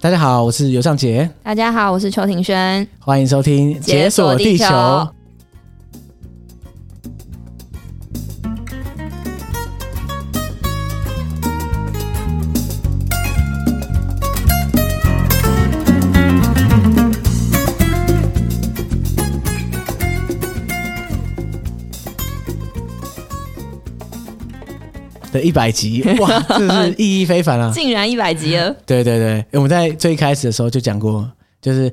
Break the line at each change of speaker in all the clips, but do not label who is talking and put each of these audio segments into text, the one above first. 大家好，我是尤尚杰，
大家好，我是邱庭轩。
欢迎收听《
解锁地球
的一百集，哇，这是意义非凡啊！
竟然一百 集了，
对对对，我们在最开始的时候就讲过，就是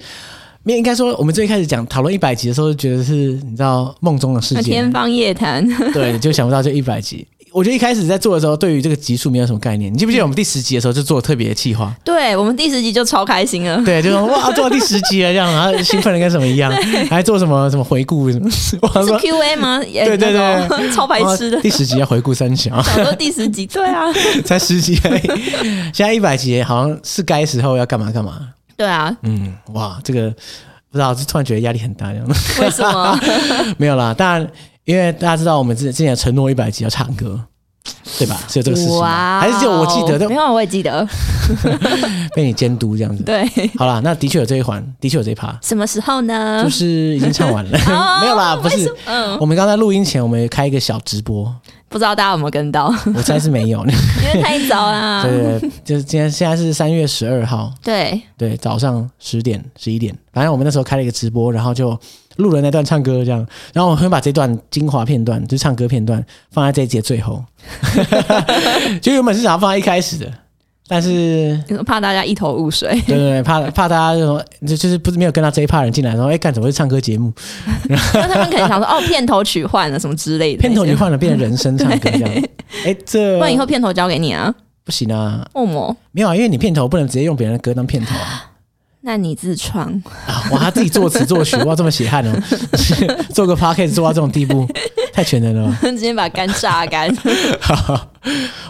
没应该说，我们最开始讲讨论一百集的时候，就觉得是你知道梦中的世界
啊天，方夜谭。
对，就想不到这一百集。我觉得一开始在做的时候，对于这个集数没有什么概念。你记不记得我们第十集的时候就做特别的企 划？
对我们第十集就超开心了，
对，就说哇，做到第十集了这样，然后兴奋的跟什么一样，还做什么什么回顾什么，我
是
说
Q A 吗？
对
对
对对，
超白痴的
哇。第十集要回顾三小，
想说第十集，对啊，
才十集而已，现在一百集好像是该时候要干嘛干嘛。
对啊，
嗯，哇，这个不知道，就突然觉得压力很大这样。
为什么？
没有啦，当然，因为大家知道我们之之前承诺一百集要唱歌，对吧？ 是有这个事情吗，还是只有我记得的，
没有，我也 记得。
被你监督这样子。
对，
好啦，那的确有这一环，的确有这一趴，
什么时候呢
就？是已经唱完 了，
嗯哦
没有啦，不
为
是
什。嗯，
我们刚才录音前，我们有开一个小直播，
不知道大家有没有跟 到，
我猜是 没有。
因为太早 啦。
对，就是今天现在是三月十二号，
对，
对，早上十点、十一点，反正我们那时候开了一个直播，然后就录了那段唱歌这样，然后我会把这段精华片段，就是唱歌片段，放在这一节最后。 就原本是想要放在一开始的，但是
怕大家一头 雾水。
对对对，怕怕大家就说，就就是不是没有跟到这一趴人进来，说哎，干怎么会是唱歌节目？
因为他们可能想说，哦，片头曲换了什么之类的那些。
片头你换了，变成人声唱歌这 样。哎，这
不然以后片头交给你啊。
不行啊，
恶魔，
没有啊，因为你片头不能直接用别人的歌当片头啊。
那你自创。
啊哇，他自己作词作曲，哇，这么血汗哦， 做个 p o c a s t 做到这种地步，太全能了吧。
直接把肝榨干。
好，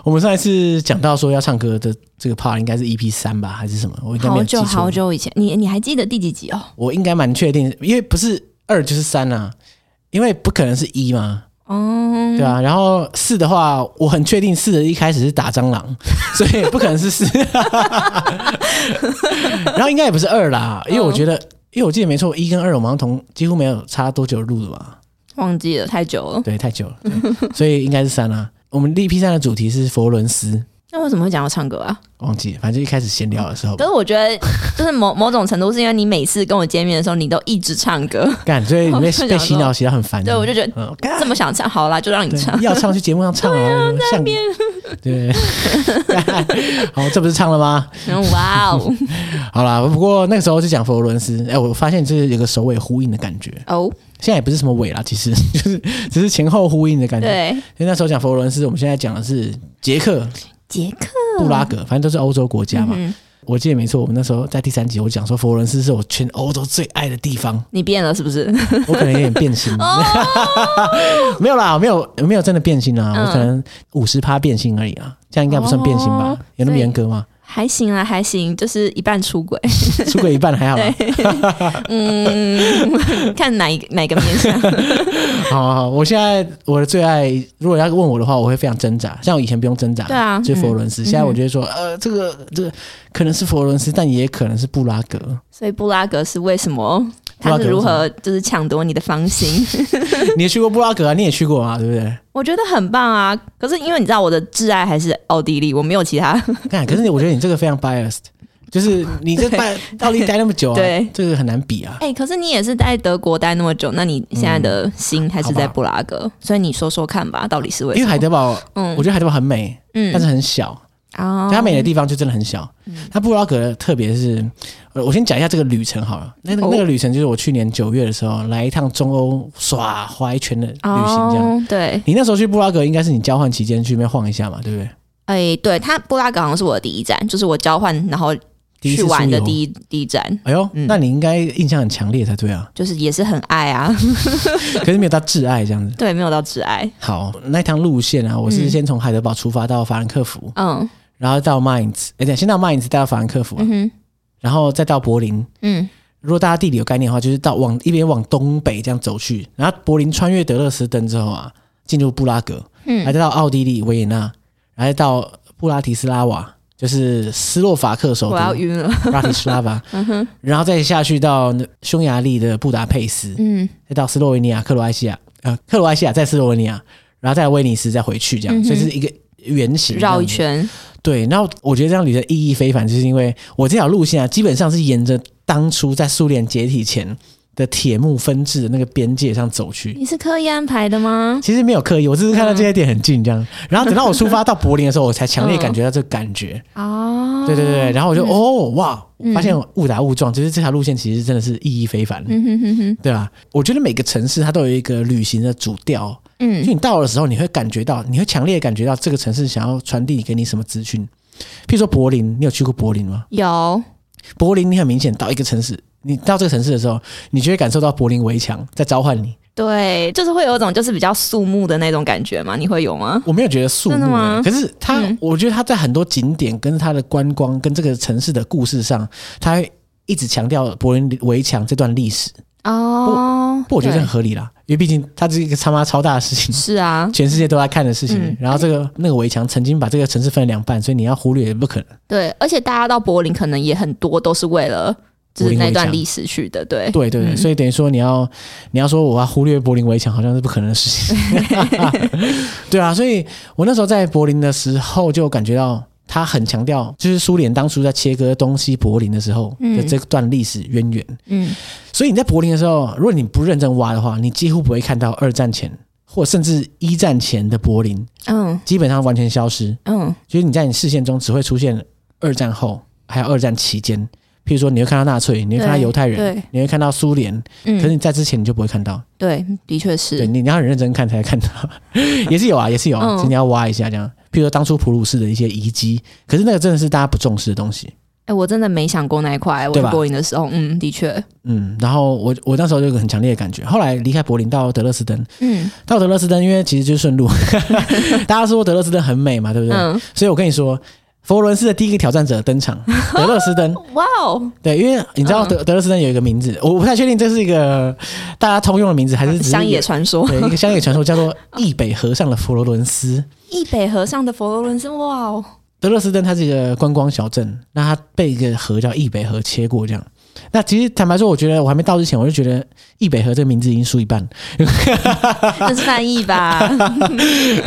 我们上一次讲到说要唱歌的这个 part 应该是 EP 三吧，还是什么？我应该没
好
有记
久
错。
好久以前，你你还记得第几集哦？
我应该蛮确定，因为不是二就是三啊，因为不可能是一嘛，
哦，
对啊。然后四的话，我很确定四的一开始是打蟑 螂，所以不可能是四。 然后应该也不是二啦，因为我觉得，因为我记得没错，一跟二我们好像同几乎没有差多久录的吧？
忘记了，太久了。
对，太久了，对所以应该是三啦、我们 EP 三的主题是佛伦斯。
那为什么会讲要唱歌啊？
忘记了，反正一开始闲聊的时候吧
可是我觉得，就是某某种程度是因为你每次跟我见面的时候，你都一直唱歌，
干，所以你被
我就想
被
说
洗脑洗到很烦。
对我就觉得
嗯，干
这么想唱，好啦，就让你唱
对，。 要唱去节目上唱啊，像对，干好，这不是唱了吗？
然后哇哦，
好啦，不过那个时候是讲佛罗伦斯，哎，我发现这是有个首尾呼应的感觉，
哦，
现在也不是什么尾啦，其实 就是只是前后呼应的感觉。
对，
因为那时候讲佛罗伦斯，我们现在讲的是捷克、
杰克，
布拉格，反正都是欧洲国家嘛。
啊嗯，
我记得没错，我们那时候在第三集我讲说佛罗伦斯是我全欧洲最爱的地 方，
你变了是不是？
我可能有点变心。
哦，
没有啦，我没有我没有真的变心啊，
嗯
我可能五十趴变心而已啊，这样应该不算变心吧？
哦
有那么严格吗？
还行啦，还行，就是一半出 轨。
出轨一半还好 吧？
嗯，看哪一个哪个面向。
好好好，我现在我的最爱，如果要问我的话，我会非常挣扎。像我以前不用挣扎，
对啊
就是佛罗伦斯。
嗯
现在我觉得说，呃，这个这个可能是佛罗伦斯，但也可能是布拉格。
所以布拉格是为什么？
布拉
他
格
是如何就是抢夺你的芳心？
你也去过布拉格啊？你也去过啊？对不对？
我觉得很棒啊！可是因为你知道我的挚爱还是奥地利，我没有其 他。
看，可是我觉得你这个非常 biased，就是你这待到底待那么久啊，
对
这个很难比啊。
哎、可是你也是在德国待那么久，那你现在的心还是在布拉格，所以你说说看吧，到底是为
因
什
为
么？
海德堡，
嗯
我觉得海德堡很美，
嗯
但是很小。
啊
它美的地方就真的很小。它布拉格特别是，呃我先讲一下这个旅程好了。那个
哦
那个旅程就是我去年九月的时候来一趟中欧耍滑一圈的旅行，这样。
哦，对，
你那时候去布拉格应该是你交换期间去那边晃一下嘛，对不对？
哎、对，它布拉格好像是我的第一站，就是我交换然后
第一次
去玩的第
一。
一第一站，
哎呦，
嗯
那你应该印象很强烈才对啊，
就是也是很爱啊，
可是没有到挚爱这样子。
对，没有到挚爱，
好，那一趟路线啊，我是
嗯
先从海德堡出发到法兰克福，
嗯
然后到 Mainz，哎，对，先到 Mainz，再到法兰克福啊、
嗯哼，
然后再到柏林，
嗯，
如果大家地理有概念的话，就是到往一边往东北这样走去，然后柏林穿越德勒斯登之后啊，进入布拉格，
嗯
还再到奥地利维也纳，然后再到布拉提斯拉瓦，就是斯洛伐克首都
我要晕了。
Bratislava，
嗯哼，
然后再下去到匈牙利的布达佩斯，
嗯，
再到斯洛维尼亚、克罗埃西亚，呃，克罗埃西亚再斯洛维尼亚，然后再威尼斯再回去这样，
嗯哼
所以是一个圆形
绕一
这样子。
圈，
对，然后我觉得这样旅的意义非凡，就是因为我这条路线啊，基本上是沿着当初在苏联解体前的铁幕分治的那个边界上走去。
你是刻意安排的吗？
其实没有刻意，我只是看到这些点很近这
嗯
样。然后等到我出发到柏林的时候，我才强烈感觉到这个感 觉。
哦，
对对对，然后我就、哦哇，
嗯
发现误打误撞，就是这条路线其实真的是意义非凡。
嗯哼哼哼，
对啊，我觉得每个城市它都有一个旅行的主调，就
嗯，
你到的时候，你会感觉到，你会强烈地感觉到这个城市想要传递给你什么资讯。譬如说柏林，你有去过柏林吗？
有，
柏林，你很明显到一个城市，你到这个城市的时候，你就会感受到柏林围墙在召唤你。
对，就是会有一种就是比较肃穆的那种感觉嘛，你会有吗？
我没有觉得肃穆
真的吗
欸，可是它，
嗯
我觉得它在很多景点跟它的观光跟这个城市的故事上，它会一直强调柏林围墙这段历史。
哦，
不过我觉得这很
对
合理啦，因为毕竟它是一个他妈超大的事情。
是啊，
全世界都在看的事情。
嗯
然后这个那个围墙曾经把这个城市分了两半，所以你要忽略也不可能。
对，而且大家到柏林可能也很多都是为了就
柏
是
林围
那段
墙
历史去的，对，
对对对，
嗯
所以等于说你要你要说我要忽略柏林围墙，好像是不可能的事情。 对啊，所以我那时候在柏林的时候就感觉到。他很强调，就是苏联当初在切割东西柏林的时候
嗯
的这段历史渊源。
嗯，
所以你在柏林的时候，如果你不认真挖的话，你几乎不会看到二战前或甚至一战前的柏林，
嗯
基本上完全消失。
嗯
就是你在你视线中只会出现二战后，还有二战期间。譬如说，你会看到纳粹，你会看到
对
犹太
对
人，你会看到苏联，可是
嗯，
你在之前你就不会看到。
对，的确
对
是，
你，你要很认真看才看到， 也是有啊，也是有、啊，
嗯
所以你要挖一下这样。譬如说，当初普鲁士的一些遗迹，可是那个真的是大家不重视的东西。
哎，我真的没想过那一块，我去
对吧
柏林的时候，嗯，的确，
嗯，然后我我那时候就有个很强烈的感觉。后来离开柏林到德勒斯登，
嗯
到德勒斯登，因为其实就是顺 路，大家说德勒斯登很美嘛，对不对？
嗯，
所以我跟你说，佛罗伦斯的第一个挑战者登 场，德勒斯登。
哇哦，
对，因为你知道
嗯
德、德勒斯登有一个名字，我我不太确定这是一个大家通用的名字还是只是
乡野传 说，
对一个乡野传说，叫做
嗯
易北河上的佛罗伦斯。
易北河上的佛罗伦斯，哇哦，
德勒斯登它是一个观光小镇，那它被一个河叫易北河切过，这样。那其实坦白说，我觉得我还没到之前，我就觉得易北河这个名字已经输一半。
那是翻译吧？
对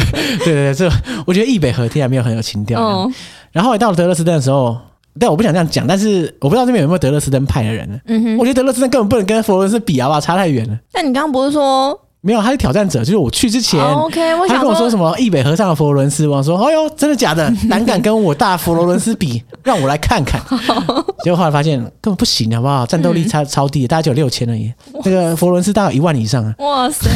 对对，这我觉得易北河听起来没有很有情调。
哦，
然后后来到了德勒斯登的时候，但我不想这样讲，但是我不知道这边有没有德勒斯登派的人呢。
嗯
我
哼，
觉得德勒斯登根本不能跟佛罗伦斯比啊，吧，差太远了。
但你刚刚不是说
没有，他是挑战者，就是我去之前，
哦 OK？我
他
想
跟我说什么易北河上的佛罗伦斯，我说：“哎呦，真的假 的？胆敢跟我大佛罗伦斯比，让我来看看。”结果后来发现根本不行，好不好？战斗力差超低，大概只有六千而已。
嗯
那个佛罗伦斯大概有一万以上啊。
哇 塞，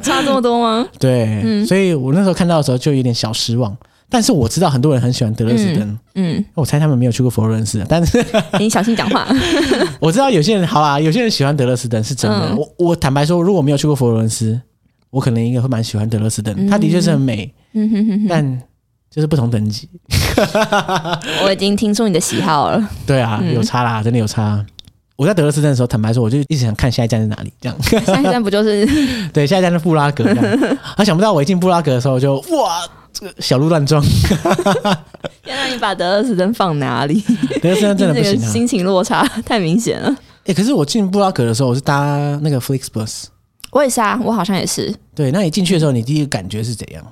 差这么多吗？
对，
嗯
所以我那时候看到的时候就有点小失望。但是我知道很多人很喜欢德勒斯登，
嗯，
我猜他们没有去过佛罗伦斯，啊但是
你小心讲话。
我知道有些人好啦，有些人喜欢德勒斯登是真的。
嗯
我我坦白说，如果没有去过佛罗伦斯，我可能应该会蛮喜欢德勒斯登，它的确是很美，
嗯哼哼哼，
但就是不同等级。
我已经听出你的喜好了。
对啊，
嗯
有差啦，真的有差。我在德勒斯登的时候，坦白说，我就一直想看下一站是哪里，这样。
下一站不 就是
对，下一站是布拉格。这 样啊，想不到我一进布拉格的时候就，哇，这个小鹿乱撞，
天哪？你把德勒斯登放哪里？
德勒斯登真的不
这个
行啊。
心情落差 太明显了。
哎、可是我进布拉格的时候，我是搭那个 Flixbus。
我也是啊，我好像也是。
对，那你进去的时候，你第一个感觉是怎样？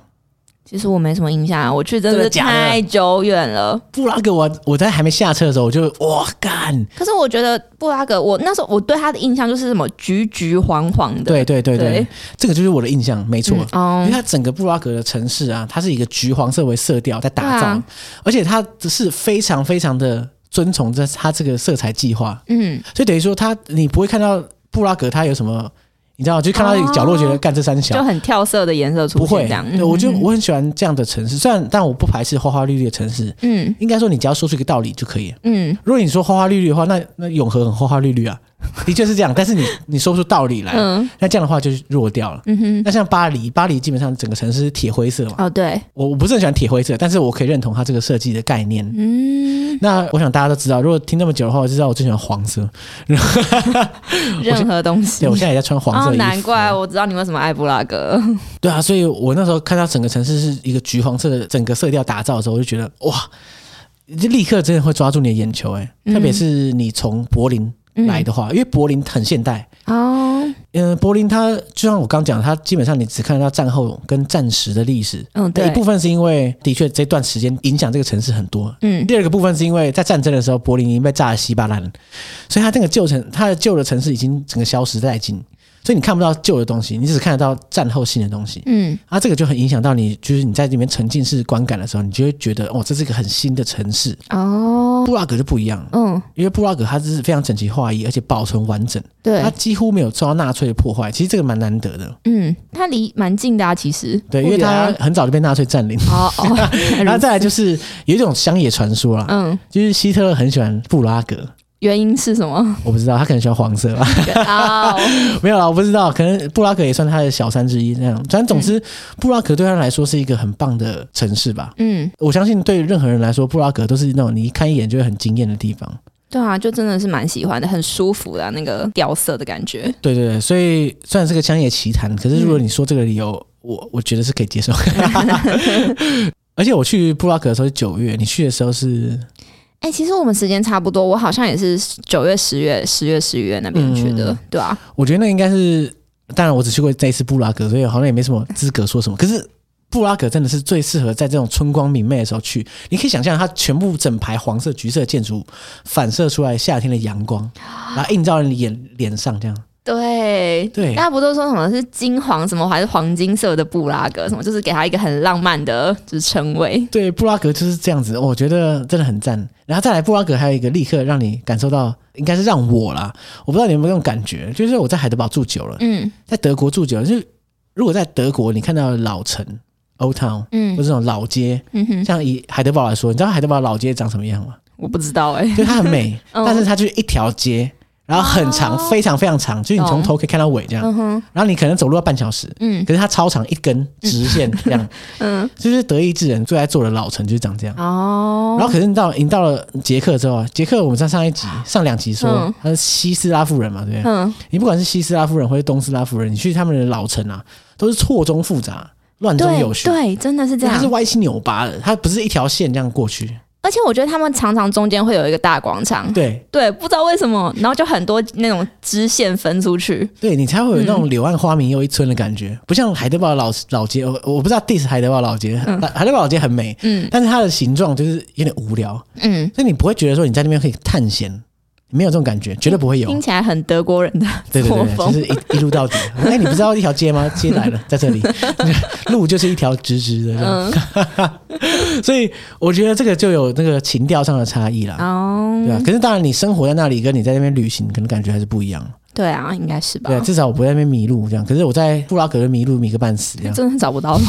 其实我没什么印象啊，我去真的
真
是
的假的
太久远了。
布拉格我，我在还没下车的时候，我就哇干，
可是我觉得布拉格，我那时候我对他的印象就是什么橘橘黄黄的，
对对对对，
对
这个就是我的印象，没错。因
嗯
为
哦，
它整个布拉格的城市啊，它是以一个橘黄色为色调在打造，
对啊
而且它是非常非常的遵从这它这个色彩计划，
嗯，
所以等于说它你不会看到布拉格它有什么，你知道，就看到一个角落觉得
哦
干这三小、
就很跳色的颜色出
不
现
会
这样。，
对我就
嗯
我很喜欢这样的城市，虽然但我不排斥花花绿绿的城市，
嗯
应该说你只要说出一个道理就可以了。
嗯
如果你说花花绿绿的话，那那永和很花花绿绿 啊，的确是这样。但是你你说不出道理来，
嗯
那这样的话就是弱掉了。
嗯哼，
那像巴黎，巴黎基本上整个城市是铁灰色嘛，
哦对，
我我不是很喜欢铁灰色，但是我可以认同它这个设计的概念。
嗯，
那我想大家都知道，如果听那么久的话，我就知道我最喜欢黄色。
任何东西
对，我现在也在穿黄色
哦，
的衣服。
难怪我知道你为什么爱布拉格。
对啊，所以我那时候看到整个城市是一个橘黄色的整个色调打造的时候，我就觉得哇，就立刻真的会抓住你的眼球、欸，哎、
嗯
特别是你从柏林
嗯
来的话，因为柏林很现代，
哦，
嗯、柏林它就像我刚讲，它基本上你只看得到战后跟战时的历史，
嗯，
那
对
一，部分是因为的确这段时间影响这个城市很多，
嗯
第二个部分是因为在战争的时候，柏林已经被炸得稀巴烂了，所以它这个旧城，它的旧的城市已经整个消失殆尽，所以你看不到旧的东西，你只看得到战后新的东西。
嗯
啊，这个就很影响到你，就是你在里面沉浸式观感的时候，你就会觉得哦，这是一个很新的城市。
哦，
布拉格就不一样了，
嗯，
因为布拉格它是非常整齐划一，而且保存完整，
对
它，几乎没有受到纳粹的破坏。其实这个蛮难得的，
嗯，它离蛮近的啊，其实
对，
不
因为
远啊
它很早就被纳粹占领。
哦哦，
然后
如此
再来就是有一种乡野传说啦，
嗯，
就是希特勒很喜欢布拉格，
原因是什 么？
我不知道他可能喜欢黄色吧。
哦，
没有啦，我不知道，可能布拉格也算他的小三之一那样。反正总之，布拉格对他来说是一个很棒的城市吧。
嗯，
我相信对任何人来说，布拉格都是那种你一看一眼就会很惊艳的地方。
对啊，就真的是蛮喜欢的，很舒服的啊、那个调色的感觉。
对对对，所以虽然是个乡野奇谈，可是如果你说这个理由，我我觉得是可以接受。 而且我去布拉格的时候是九月，你去的时候是
哎、其实我们时间差不多，我好像也是九月、十月、十月、十一月那边去的，
嗯
对啊，
我觉得那应该是，当然我只去过这一次布拉格，所以好像也没什么资格说什么。可是布拉格真的是最适合在这种春光明媚的时候去。你可以想象，它全部整排黄色、橘色的建筑反射出来夏天的阳光，
啊
然后映照在你眼脸上，这样
对。
对
大。家不都说什么是金黄什么，还是黄金色的布拉格什么，就是给它一个很浪漫的就是称谓。
对，布拉格就是这样子，哦我觉得真的很赞。然后再来布拉格，还有一个立刻让你感受到，应该是让我啦，我不知道你有没有那种感觉，就是我在海德堡住久了，
嗯
在德国住久了，就是如果在德国你看到老城 （Old Town） 或
嗯
者这种老街，
嗯哼，
像以海德堡来说，你知道海德堡老街长什么样吗？
我不知道哎、
就是它很美，
嗯
但是它就是一条街，然后很长，
哦
非常非常长，就是你从头可以看到尾这样。
嗯哼，
然后你可能走路要半小时，
嗯
可是它超长一根直线这 样，
嗯，
就是德意志人最爱做的老城就是长这样。
哦，
然后可是你到你到了捷克之后啊，捷克我们在上一集、上两集说
嗯
他是西斯拉夫人嘛，对不对？
嗯，
你不管是西斯拉夫人或是东斯拉夫人，你去他们的老城啊，都是错综复杂、乱中有
对
序，
对，真的是这
它
样
是。歪七扭八的，它不是一条线这样过去。
而且我觉得他们常常中间会有一个大广场，
对，
对，不知道为什么，然后就很多那种支线分出去，
对你才会有那种柳暗花明又一村的感觉，不像海德堡老老街，我我不知道 diss 海德堡老街，
嗯
海德堡老街很美，
嗯
但是它的形状就是有点无聊，
嗯，
所以你不会觉得说你在那边可以探险，没有这种感觉，绝对不会有。
听起来很德国人的
对对
作
对，就
风，
是一一路到底。哎、你不知道一条街吗？街来了，在这里， 路就是一条直直的这样。
嗯，
所以我觉得这个就有那个情调上的差异啦，对啊
哦，，
可是当然，你生活在那里跟你在那边旅行，可能感觉还是不一样。
对啊，应该是吧
对啊，，至少我不会在那边迷路这样。可是我在布拉格就迷路迷个半死这样。
真的找不到路，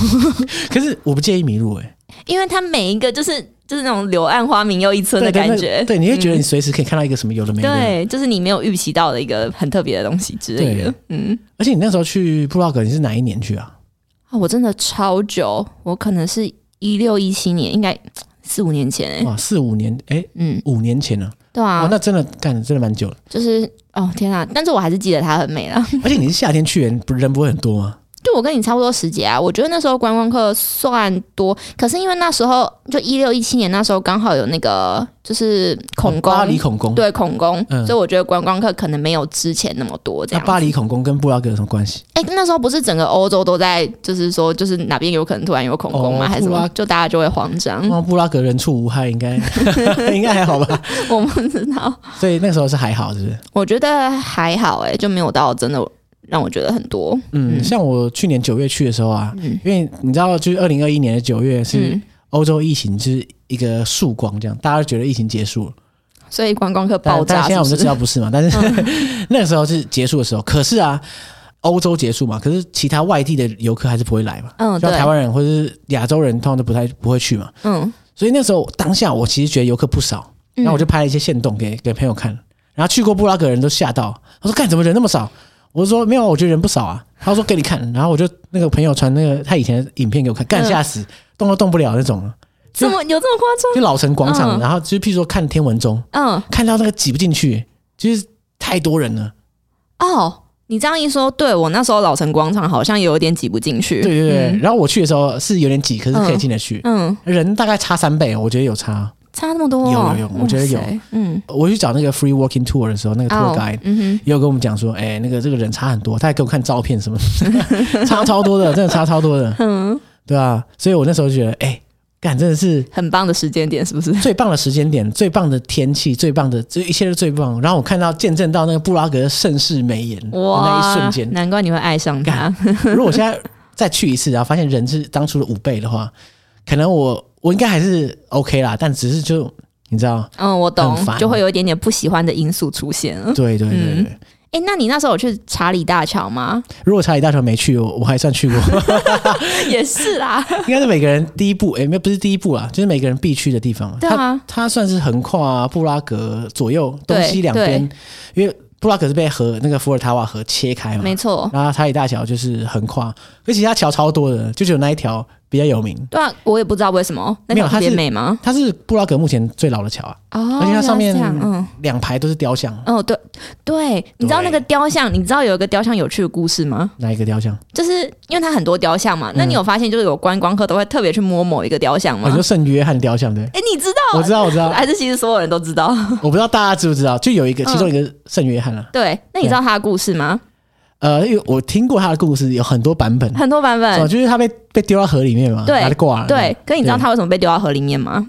可是我不介意迷路、欸，哎，
因为它每一个就是就是那种柳暗花明又一村的
对
感
那
觉，
对，你会觉得
嗯
你随时可以看到一个什么有的没的。，
对，就是你没有预期到的一个很特别的东西之类的，嗯。
而且你那时候去布拉格，你是哪一年去啊？
啊，我真的超久，我可能是一六一七年，应该四五年前哎、
哇，四五年，哎、
嗯，
五年前了、
对
啊，
啊
哇，，那真的干真的蛮久了。
就是哦天啊，但是我还是记得它很美啦。
而且你是夏天去，人不人不会很多吗？
就我跟你差不多时节啊，我觉得那时候观光客算多，可是因为那时候就一六一七年那时候刚好有那个就是恐攻，
哦巴黎恐攻，，
对恐攻，
嗯
所以我觉得观光客可能没有之前那么多这
那
样。
巴黎恐攻跟布拉格有什么关系？
哎、那时候不是整个欧洲都在，就是说，就是哪边有可能突然有恐攻吗？
哦
还是什
布拉
么？就大家就会慌张。
那、布拉格人畜无害，应 该应该还好吧？
我不知道，
所以那时候是还好，是不是？
我觉得还好哎、就没有到真的让我觉得很多。
嗯，像我去年九月去的时候啊，因为你知道，就是二零二一年的九月是
嗯，
欧洲疫情就是一个曙光，这样大家都觉得疫情结束了。
所以观光客
但
爆
但
炸
现在
是嗯
我
不
们就是知？道不是嘛，但是、 那个时候是结束的时候。可是啊，欧洲结束嘛，可是其他外地的游客还是不会来嘛，
嗯，
像
对，
台湾人或者是亚洲人，通常都不太不会去嘛。
嗯，
所以那时候当下我其实觉得游客不少，
嗯
然后我就拍了一些线动给给朋友看，然后去过布拉格的人都吓到，他说：“干怎么人那么少？”我就说：“没有啊，我觉得人不少啊。”他说：“给你看。”然后我就那个朋友传那个他以前的影片给我看，干
嗯
吓死，动都动不了那种了，
这么有这么夸
就老城广场，
嗯
然后就是譬如说看天文钟。
张？
看到那个挤不进去，就是太多人了。
嗯，哦，你这样一说，对我那时候老城广场好像也有点挤不进去。
对对对，然后我去的时候是有点挤，可是可以进得去，
嗯，
人大概差三倍，我觉得有差。
差那么多、
有
哦，
有有我觉得有
哇塞，嗯，
我去找那个 free walking tour 的时候，那个 tour
哦
guide、，
嗯
也有跟我们讲说，哎、那个这个人差很多，他还给我看照片什么的， 差超多的，真的差超多的，
哼，嗯，
对啊，所以我那时候就觉得，哎、干真的是
很棒的时间点，是不是？
最棒的时间点，最棒的天气，最棒的，这一切都最棒。然后我看到见证到那个布拉格的盛世美颜的
哇，
那一瞬间，
难怪你会爱上他。
如果我现在再去一次，然后发现人是当初的五倍的话，可能我我应该还是 OK 啦，但只是就你知道，
嗯，我懂
很，烦
就会有一点点不喜欢的因素出现了。
对对对对。
哎、那你那时候有去查理大桥吗？
如果查理大桥没去，我 我还算去过，
也是啊啦，
应该是每个人第一步，诶，没有不是第一步啦，就是每个人必去的地方。
对
它
啊，
它算是横跨布拉格左右东
对
西两边，因为布拉格是被河那个伏尔塔瓦河切开嘛，
没错。
然后查理大桥就是横跨，而且它桥超多的，就只有那一条比较有名。
对啊，我也不知道为什么那
没有
条特
它
别
是
美吗？
它是布拉格目前最老的桥啊，
哦，
而且它上面
原来是这样嗯。
两排都是雕像，
哦，对对，你知道那个雕像，你知道有一个雕像有趣的故事吗？
哪一个雕像？
就是因为它很多雕像
嗯
嘛，那你有发现就是有观光客都会特别去摸某一个雕像吗
很？多圣约翰雕像对，
哎、你知道？
我知道我知道，
还是其实所有人都知道？
我不知道大家知不知道，就有一个
嗯
其中一个圣约翰啊，
对，那你知道他的故事吗？
呃，因为我听过他的故事有很多版本，
很多版
哦，
本。
就是他被被丢到河里面嘛，
对
把他挂了。
对，可你知道
嗯对
他为什么被丢到河里面吗？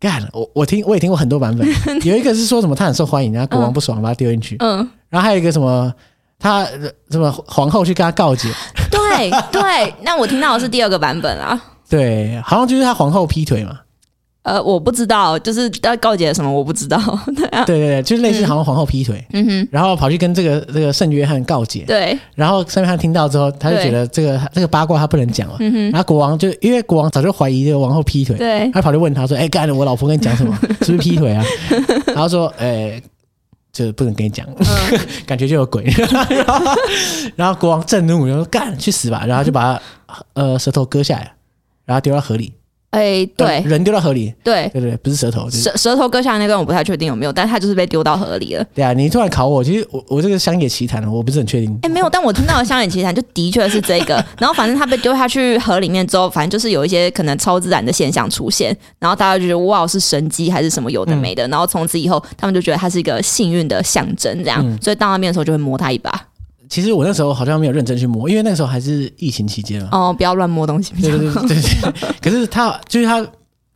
干，我我听我也听过很多 版本，有一个是说什么他很受欢迎，然后国王不爽把他丢进去，
嗯，
然后还有一个什么他呃什么皇后去跟他告解，
对对。那我听到的是第二个版本啊，
对，好像就是他皇后劈腿嘛，
呃，我不知道，就是要告解什么，我不知道。 对啊，
对对对，就是类似好像皇后劈腿，
嗯哼，
然后跑去跟这个这个圣约翰告解，
对，
然后圣约翰听到之后，他就
对
觉得这个这个八卦他不能讲了，
嗯哼，
然后国王就因为国王早就怀疑这个王后劈腿，
对，
他跑去问他说：“哎、干了，我老婆跟你讲什 么？是不是劈腿啊？”然后说：“哎、就不能跟你讲，
嗯
感觉就有鬼。然后”然后国王震怒，然后说：“干，去死吧！”然后就把他呃舌头割下来，然后丢到河里。
哎、
呃
对
人丢到河里，
对，
对对对，不是舌头。就是、
舌舌头割下来那段我不太确定有没有，但他就是被丢到河里了。
对啊，你突然考我，其实我我这个乡野奇谈，我不是很确定。
哎、没有，但我听到的乡野奇谈就的确是这 个。然后反正他被丢下去河里面之后，反正就是有一些可能超自然的现象出现，然后大家就觉得哇是神机还是什么有的没的，然后从此以后他们就觉得他是一个幸运的象征，这样，所以到那边的时候就会摸他一把。
其实我那时候好像没有认真去摸，因为那时候还是疫情期间嘛。
哦，不要乱摸东西。
对对对对对。可是他就是他，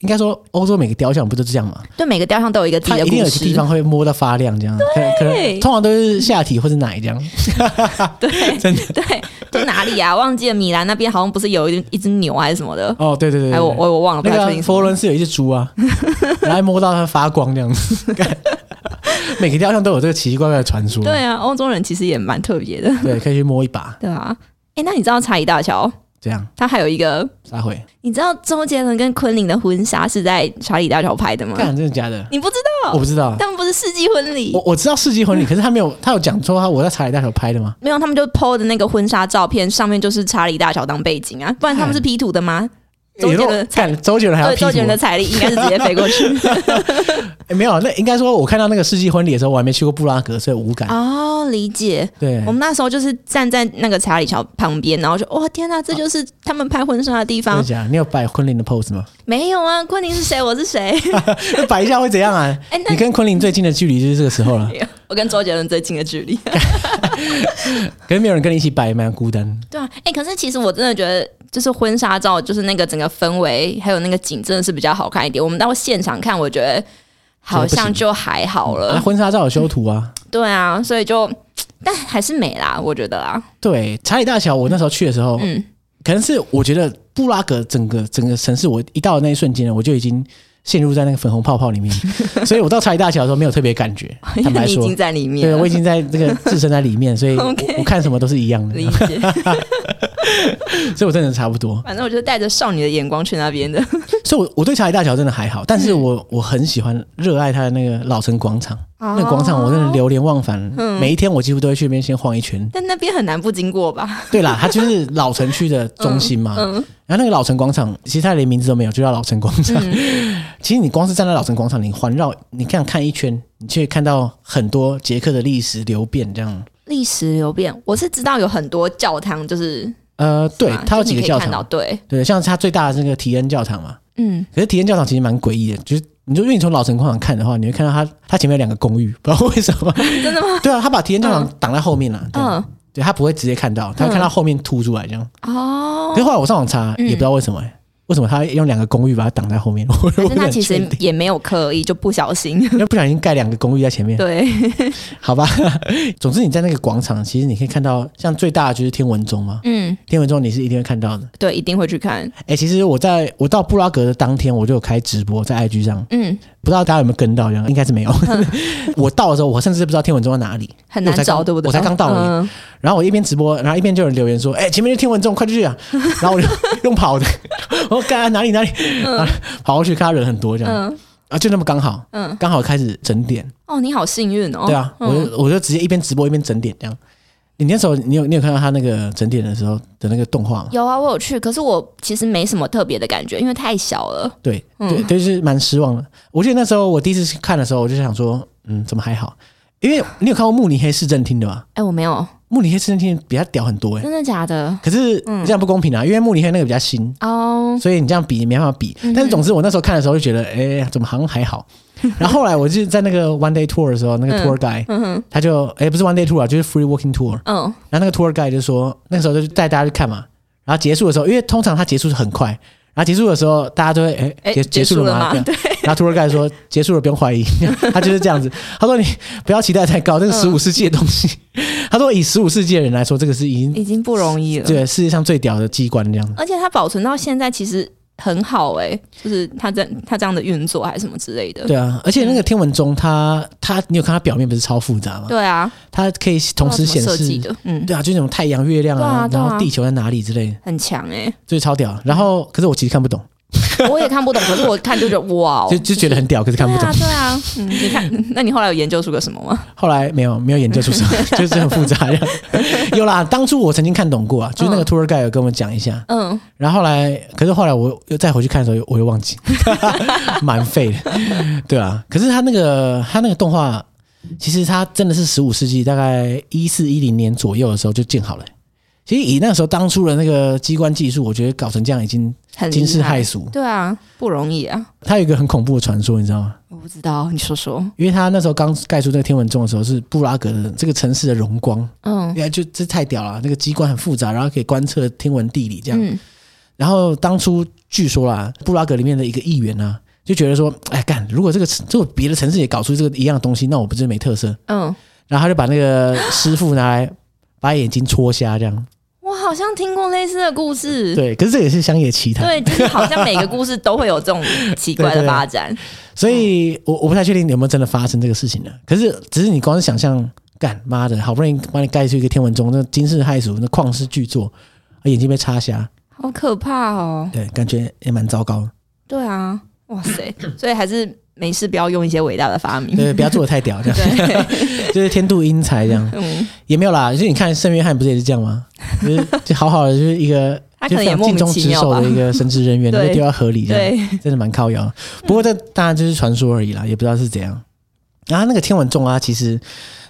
应该说欧洲每个雕像不都是这样吗？
对，每个雕像都有一个自
它
己的
一定
故
有一个地
事。
方会摸到发亮，这样，可能可能通常都是下体或是奶这样。
对，
真的
对，就哪里啊？忘记了，米兰那边好像不是有一一只牛还是什么的？
哦，对对对
哎，
对，
我我我忘了，不
那
太
个
确定
啊
什么。
佛罗伦斯有一只猪 啊，然后摸到它发光这样子。干每个雕像都有这个奇奇怪怪的传说，
对啊，欧洲人其实也蛮特别的，
对，可以去摸一把，
对啊。哎、那你知道查理大桥
这样
它还有一个？
撒回。
你知道周杰伦跟昆凌的婚纱是在查理大桥拍的吗？
干，真的假的？
你不知道？
我不知道，
他们不是世纪婚礼
我，我知道世纪婚礼，可是他没有，他有讲说他我在查理大桥拍的吗？
没有，他们就 PO 的那个婚纱照片上面就是查理大桥当背景啊，不然他们是 P 图的吗？
哎
周杰伦
也都干，周杰伦还要
对，
P
周杰伦的
图？
彩礼应该是直接飞 过去。
哎没有，那应该说我看到那个世纪婚礼的时候，我还没去过布拉格，所以无感。
哦，理解。
对
我，们那时候就是站在那个查理桥旁边，然后就哇天哪，这就是他们拍婚纱的地
真
方
的。啊假的？你有摆婚礼的 pose 吗？
没有啊，昆凌是谁？我是谁？
那摆一下会怎样啊？
哎、
你
那
跟昆凌最近的距离就是这个时候了，
我跟周杰伦最近的距离。
可是没有人跟你一起摆，蛮孤单。
对啊，哎、可是其实我真的觉得，就是婚纱照，就是那个整个氛围，还有那个景，真的是比较好看一点。我们到现场看，我觉得好像就还好
啊，
了。
婚纱照有修图啊。
对啊，所以就，但还是美啦，我觉得啊，
对，查理大桥，我那时候去的时候，
嗯。
可能是我觉得布拉格整个整个城市，我一到的那一瞬间，我就已经陷入在那个粉红泡泡里面，所以我到查理大桥的时候没有特别感觉
哦因
坦
为
白
你已
说
经，在里面
对
了
我已经在这个置身在里面，所以我
OK
我看什么都是一样的，
理解。
所以我真的差不多。
反正我就是带着少女的眼光去那边的。
所以我，我对查理大桥真的还好，但
嗯
是我我很喜欢热爱它的那个老城广场，那
哦
个广场我真的流连忘返，
嗯
每一天我几乎都会去那边先晃一 圈。
但那边很难不经过吧？
对啦，它就是老城区的中心嘛。
嗯
然后那个老城广场，其实它连名字都没有，就叫老城广场。
嗯
其实你光是站在老城广场，你环绕，你看看一圈，你却看到很多捷克的历史流变这样。
历史流变，我是知道有很多教堂，就是
呃，对
是吗，
它有
就是
几
你
个
可以
教
看到
堂，
对，
对，像它最大的那个提恩教堂嘛。
嗯，
可是提恩教堂其实蛮诡异的，就是你就因为你从老城广场看的话，你会看到它它前面有两个公寓， 不知道为什么。
真的吗？
对啊，它把体验教堂挡在后面了。对
嗯，
对，它不会直接看到，它会看到后面凸出来这样。
哦嗯
可是，后来我上网查，也不知道为什么、欸为什么他用两个公寓把它挡在后面？我我
但是
不
他
很
其
确
实
定，
也没有刻意，就不小心。
因为不小心盖两个公寓在前面。
对，
好吧， 总之你在那个广场，其实你可以看到，像最大的就是天文钟嘛，
嗯，
天文钟你是一定会看到的。
对，一定会去看。
哎、其实我在我到布拉格的当天，我就有开直播在 IG 上，
嗯，
不知道大家有没有跟到，这样应该是没有。 我到的时候，我甚至不知道天文钟在哪里，
很难
我才
找，
刚
对不对？
我才刚到而
嗯，
然后我一边直播，然后一边就有人留言说：“哎、前面是天文钟，快 去啊！”然后我就用跑的，我说：“干啊哪里哪里？”然后跑过去看到人很多这样，
嗯
啊，就那么刚好，
嗯
刚好开始整点，
哦，你好幸运哦。
对啊，我
嗯
就我就直接一边直播一边整点这样。你那时候你有你有看到他那个整点的时候的那个动画吗？
有啊，我有去，可是我其实没什么特别的感觉，因为太小了。
对，
嗯
对，就是蛮失望的。我记得那时候我第一次去看的时候，我就想说，嗯，怎么还好？因为你有看过慕尼黑市政厅的吧？
哎，我没有，
慕尼黑市政厅比它屌很多哎、
真的假的？
可是
嗯
这样不公平啊，因为慕尼黑那个比较新，
哦，
所以你这样比没办法比。
嗯
但是总之，我那时候看的时候就觉得，哎、怎么好像还好。 然后后来我就在那个 one day tour 的时候，那个 tour guy、
嗯哼，
他就，哎、不是 one day tour 啊，就是 free walking tour。
嗯，
然后那个 tour guide 就说，那时候就带大家去看嘛。然后结束的时候，因为通常他结束是很快，然后结束的时候大家都会，哎、
哎
结
结
结
束
束了
了吗
吗？对。然后 tour guide 说结束了，不用怀疑， 他就是这样子。他说你不要期待太高，这是
嗯
十五世纪的东西。他说以十五世纪的人来说，这个是已经
已经不容易了。嗯
对世界上最屌的机关这样子。
而且它保存到现在其实很好哎、就是它这它这样的运作还是什么之类的。
对啊，而且那个天文钟，它它你有看它表面不是超复杂吗？
嗯对啊，
它可以同时显
不知道怎么设计
示，
的，嗯，
对啊，就那种太阳、月亮啊，
对啊对啊
然后地球在哪里之类的，
很强哎、
所以超屌。然后可是我其实看不懂，
我也看不懂，可是我看就觉得哇、哦，
就就觉得很屌，可是看不懂。
对啊，对啊，嗯，你看，那你后来有研究出个什么吗？
后来没有没有研究出什 么，就是很复杂呀。 有啦，当初我曾经看懂过啊，就是那个 tour guide 有跟我们讲一下，
嗯，
然后后来，可是后来我又再回去看的时候，我又忘记， 蛮废的，对啊。可是他那个他那个动画，其实他真的是十五世纪大概一四一零年左右的时候就建好了。其实以那时候当初的那个机关技术，我觉得搞成这样已经
很
惊世
厉害
骇俗。
对啊，不容易啊。
它有一个很恐怖的传说，你知道吗？
我不知道，你说说。
因为他那时候刚盖出这个天文钟的时候，是布拉格的这个城市的荣光，
嗯
原来就这太屌了，那个机关很复杂，然后可以观测天文地理这样。
嗯，
然后当初据说啦，布拉格里面的一个议员啊，就觉得说，哎干，如果这个城如果别的城市也搞出这个一样的东西，那我不是没特色？
嗯，
然后他就把那个师傅拿来把眼睛戳瞎，这样
我好像听过类似的故事。
对。可是这也是乡野奇谈，
嗯对，就是好像每个故事都会有这种奇怪
对
的
对
发展。
所以我我不太确定有没有真的发生这个事情呢。可是只是你光是想象，干妈的好不容易帮你盖出一个天文钟，那惊世骇俗，那旷世巨作，眼睛被插瞎，
好可怕哦！
对，感觉也蛮糟糕的。
对啊，哇塞，所以还是没事不要用一些伟大的发明。
对，不要做的太屌，这样
对，
就是天妒英才这样。
嗯，
也没有啦，就是你看圣约翰不是也是这样吗？就是就好好的，就是一个
他
就
可
非
能也
常
莫
尽
名
忠
其
职
妙
守
吧
的。一个神职 人员，然后
对
被丢到河里，这样
对，
真的蛮靠腰。不过这当然就是传说而已啦，也不知道是怎样。然后那个天文钟啊，其实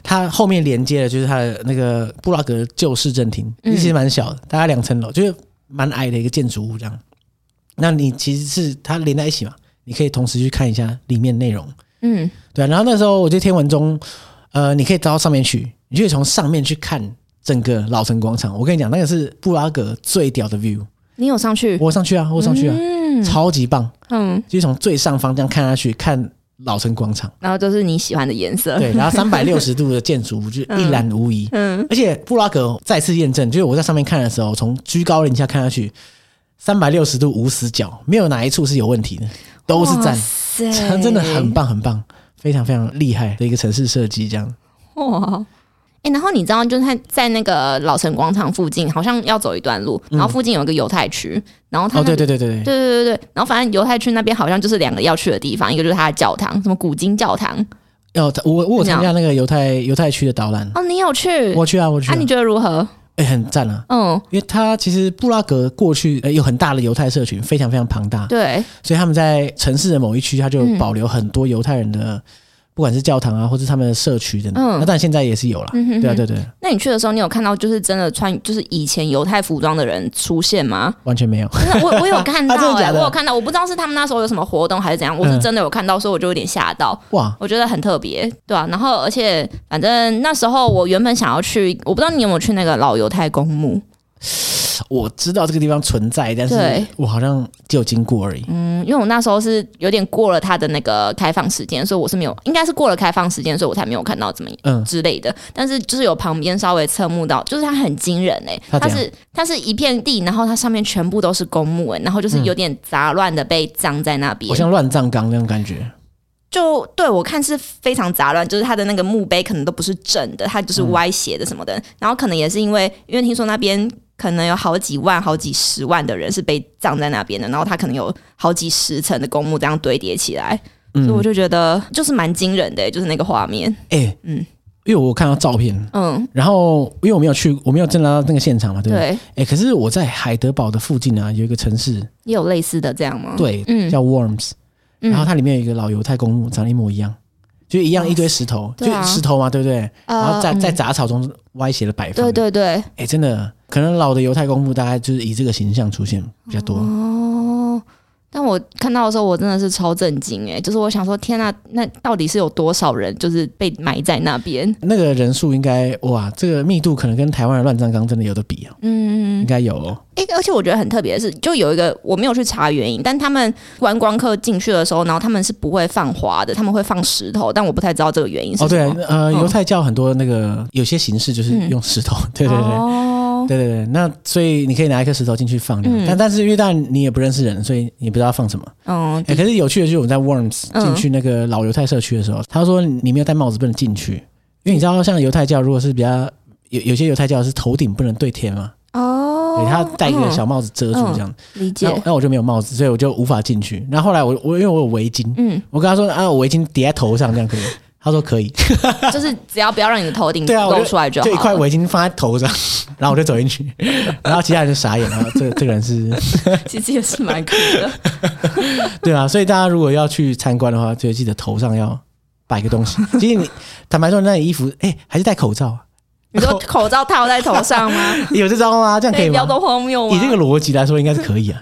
它后面连接的就是它的那个布拉格旧市政厅，
嗯
其实蛮小的，大概两层楼，就是蛮矮的一个建筑物这样。那你其实是它连在一起嘛，你可以同时去看一下里面内容。
嗯，
对、啊，然后那时候我就天文中，呃，你可以到上面去，你就可以从上面去看整个老城广场。我跟你讲，那个是布拉格最屌的 view。
你有上去？
我上去啊，我上去啊，
嗯
超级棒！
嗯，
就是从最上方这样看下去，看老城广场，
然后都是你喜欢的颜色。
对，然后三百六十度的建筑 物就一览无遗。
嗯，
而且布拉格再次验证，就是我在上面看的时候，从居高临下看下去，三百六十度无死角，没有哪一处是有问题的，都是赞
哇，塞
真真的很棒，很棒，非常非常厉害的一个城市设计，这样。
哇。哎、然后你知道，就是在在那个老城广场附近，好像要走一段路，然后附近有一个犹太区，然后
嗯
它
哦，
那
对
边
对对对对，
对对对对，然后反正犹太区那边好像就是两个要去的地方，一个就是它的教堂，什么古今教堂。
哦，我我有参
怎
加那个犹太犹太区的导览，
哦，你有去？
我去啊，我去、
啊，
啊，
你觉得如何？
哎、很赞啊！
嗯，
因为它其实布拉格过去、呃有很大的犹太社群，非常非常庞大，
对，
所以他们在城市的某一区，它就
嗯
保留很多犹太人的，不不管是教堂啊，或是他们的社区等等。
嗯
那当然现在也是有啦。
嗯哼哼
对啊，对对，
那你去的时候，你有看到就是真的穿就是以前犹太服装的人出现吗？
完全没有。
真的，我我有看 到、
啊真的
欸，
假的
我有看到，我不知道是他们那时候有什么活动还是怎样，我是
嗯
真的有看到，所以我就有点吓到，
哇，
我觉得很特别，对啊？然后而且反正那时候我原本想要去，我不知道你有没有去那个老犹太公墓，
我知道这个地方存在，但
对
是我好像只有经过而已。
嗯，因为我那时候是有点过了它的那个开放时间，所以我是没有，应该是过了开放时间，所以我才没有看到怎么
嗯，
之类的，但是就是有旁边稍微侧目到，就是它很惊人哎、
它
它
怎样
是它是一片地，然后它上面全部都是公墓哎、然后
嗯
就是有点杂乱的被葬在那边
好，像乱葬岗那种感觉。
就对我看是非常杂乱，就是它的那个墓碑可能都不是正的，它
嗯
就是歪斜的什么的，然后可能也是因为因为听说那边。可能有好几万、好几十万的人是被葬在那边的，然后它可能有好几十层的公墓这样堆叠起来，所以
嗯，
我就觉得就是蛮惊人的、就是那个画面，
哎，
嗯
嗯，因为我看到照片，
嗯，
然后因为我没有去，我没有真的到那个现场嘛，对不对？
对，
哎，可是我在海德堡的附近啊，有一个城市，
也有类似的这样吗？
对，
嗯
叫 Worms，
嗯
然后它里面有一个老犹太公墓，长得一模一样，就一样一堆石头，
对啊
就石头嘛，对不对？
呃
然后在
嗯
在杂草中歪斜的摆放。
对，对对，
哎，真的，可能老的犹太公墓大概就是以这个形象出现比较多。
哦。但我看到的时候，我真的是超震惊哎、就是我想说，天呐、那到底是有多少人就是被埋在那边？
那个人数应该哇，这个密度可能跟台湾的乱葬岗真的有的比啊，
嗯
应，该有哦。
哎、而且我觉得很特别的是，就有一个我没有去查原因，但他们观光客进去的时候，然后他们是不会放花的，他们会放石头，但我不太知道这个原因是
哦，
什
对
么。，
呃，
嗯
犹太教很多那个有些形式就是用石头，对对对。
哦，
对对对，那所以你可以拿一颗石头进去放，
嗯
但但是因为当然你也不认识人，所以你不知道放什么。
嗯，
哎、可是有趣的就是我们在 Worms
嗯
进去那个老犹太社区的时候，他说你没有戴帽子不能进去，因为你知道像犹太教如果是比较有有些犹太教是头顶不能对天嘛，
哦嗯
对，他戴一个小帽子遮住这样，
理
那、
解，
那我就没有帽子，所以我就无法进去。然后后来我我因为我有围巾，
嗯，
我跟他说啊，我围巾叠在头上这样可以 吗？他说可以，
就是只要不要让你的头顶
对啊我
露出来就好
就一块
了
围巾放在头上， 然后我就走进去，然后其他人就傻眼了，这这个人是
其实也是蛮酷 的。
对啊，所以大家如果要去参观的话，就记得头上要摆个东 西。其实你坦白说，那衣服哎、还是戴口罩啊，
你说口罩套在头上吗？
有这招吗？这样可以
不
吗
要？都荒谬吗？
以这个逻辑来说，应该是可 以啊，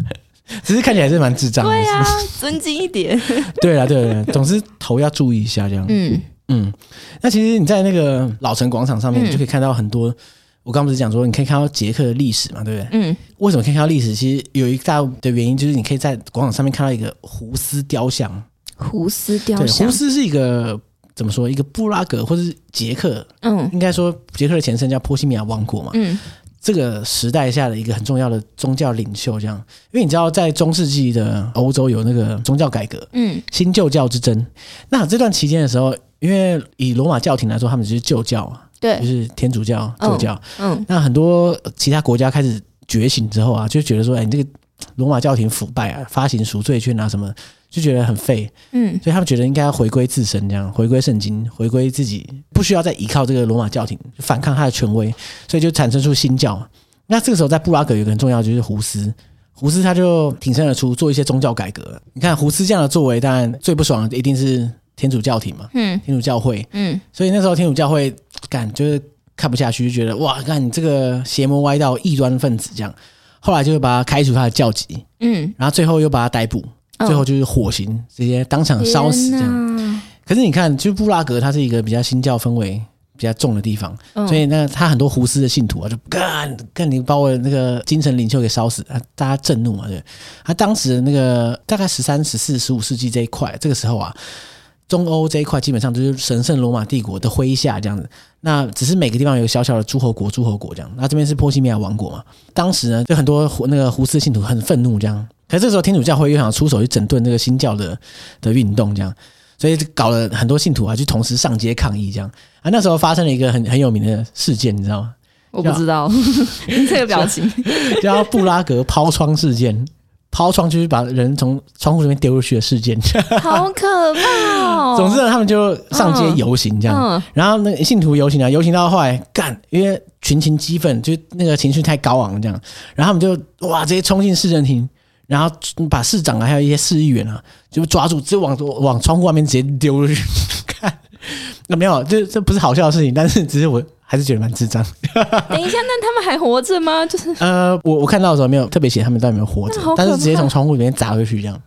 只是看起来是蛮智障的。
对啊，尊敬一点。
对啦，对啦，对啦总之头要注意一下这样。
嗯
嗯，那其实你在那个老城广场上面，
嗯
你就可以看到很多。我刚不是讲说，你可以看到捷克的历史嘛，对不对？
嗯，
为什么可以看到历史？其实有一大的原因就是，你可以在广场上面看到一个胡斯雕像。
胡思雕
对，
像
胡，斯是一个怎么说？一个布拉格或是捷克，
嗯
应该说捷克的前身叫波西米亚王国嘛。
嗯
这个时代下的一个很重要的宗教领袖，这样，因为你知道，在中世纪的欧洲有那个宗教改革、
嗯
新旧教之争。那这段期间的时候，因为以罗马教廷来说，他们只是旧教啊，就
对，
是天主教、旧教。
嗯
那很多其他国家开始觉醒之后啊，就觉得说，哎，你这个罗马教廷腐败啊，发行赎罪券啊什么，就觉得很废。
嗯
所以他们觉得应该要回归自身，这样回归圣经，回归自己，不需要再依靠这个罗马教廷反抗他的权威，所以就产生出新教嘛。那这个时候，在布拉格有一个很重要的就是胡斯，胡斯他就挺身而出，做一些宗教改革。你看胡斯这样的作为，当然最不爽的一定是天主教廷嘛，
嗯
天主教会。
嗯，
所以那时候天主教会感就是看不下去，就觉得哇，看你这个邪魔歪道、异端分子这样。后来就把他开除他的教籍，
嗯，
然后最后又把他逮捕，最后就是火刑，直接当场烧死这样。
样，
可是你看，就布拉格它是一个比较新教氛围比较重的地方，
嗯
所以那他很多胡斯的信徒啊，就干干你把我的那个精神领袖给烧死，啊，大家震怒嘛，对。他当时的那个大概十三、十四、十五世纪这一块，这个时候啊。中欧这一块基本上就是神圣罗马帝国的麾下这样子，那只是每个地方有小小的诸侯国、诸侯国这样。那这边是波西米亚王国嘛，当时呢就很多胡那个胡斯信徒很愤怒这样，可是这时候天主教会又想出手去整顿这个新教的的运动这样，所以搞了很多信徒啊，就同时上街抗议这样啊。那时候发生了一个很很有名的事件，你知道吗？
我不知道
啊
这个表情，
叫布拉格抛窗事件。抛窗就是把人从窗户里面丢出去的事件。
好可怕哦。
啊 总之呢，他们就上街游行这样。
嗯
然后那个信徒游行啊，游行到后来干，因为群情激愤，就那个情绪太高昂了这样，然后他们就哇直接冲进市政厅，然后把市长啊还有一些市议员啊，就抓住，就往往窗户外面直接丢出去，看那没有，这这不是好笑的事情，但是只是我还是觉得蛮智障。
等一下，那他们还活着吗？就是
呃，我我看到的时候没有特别写他们到底有没有活着
那好，可
但是直接
怕
从窗户里面砸回去这样，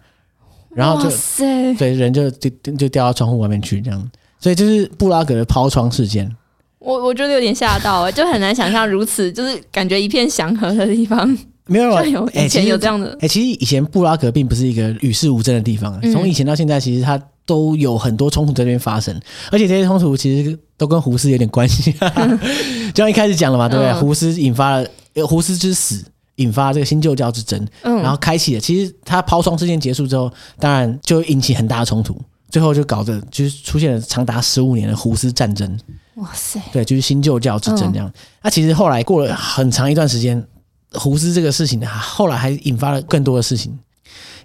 然后
哇
就
塞，
对人就就就掉到窗户外面去这样，所以就是布拉格的抛窗事件。
我我觉得有点吓到、欸，就很难想象如此，就是感觉一片祥和的地方，
没有，
像有
哎
以前
其实
有这样的
哎、其实以前布拉格并不是一个与世无争的地方，啊
嗯
从以前到现在，其实它都有很多冲突在这边发生，而且这些冲突其实都跟胡适有点关 系。就像一开始讲了嘛，对不对？
嗯
胡适引发了呃胡适之死，引发这个新旧教之争，
嗯，
然后开启了。其实他抛窗事件结束之后，当然就引起很大的冲突。最后就搞得就是出现了长达十五年的胡适战争，
哇塞，
对，就是新旧教之
嗯
争这样。那、其实后来过了很长一段时间，胡适这个事情啊，后来还引发了更多的事情。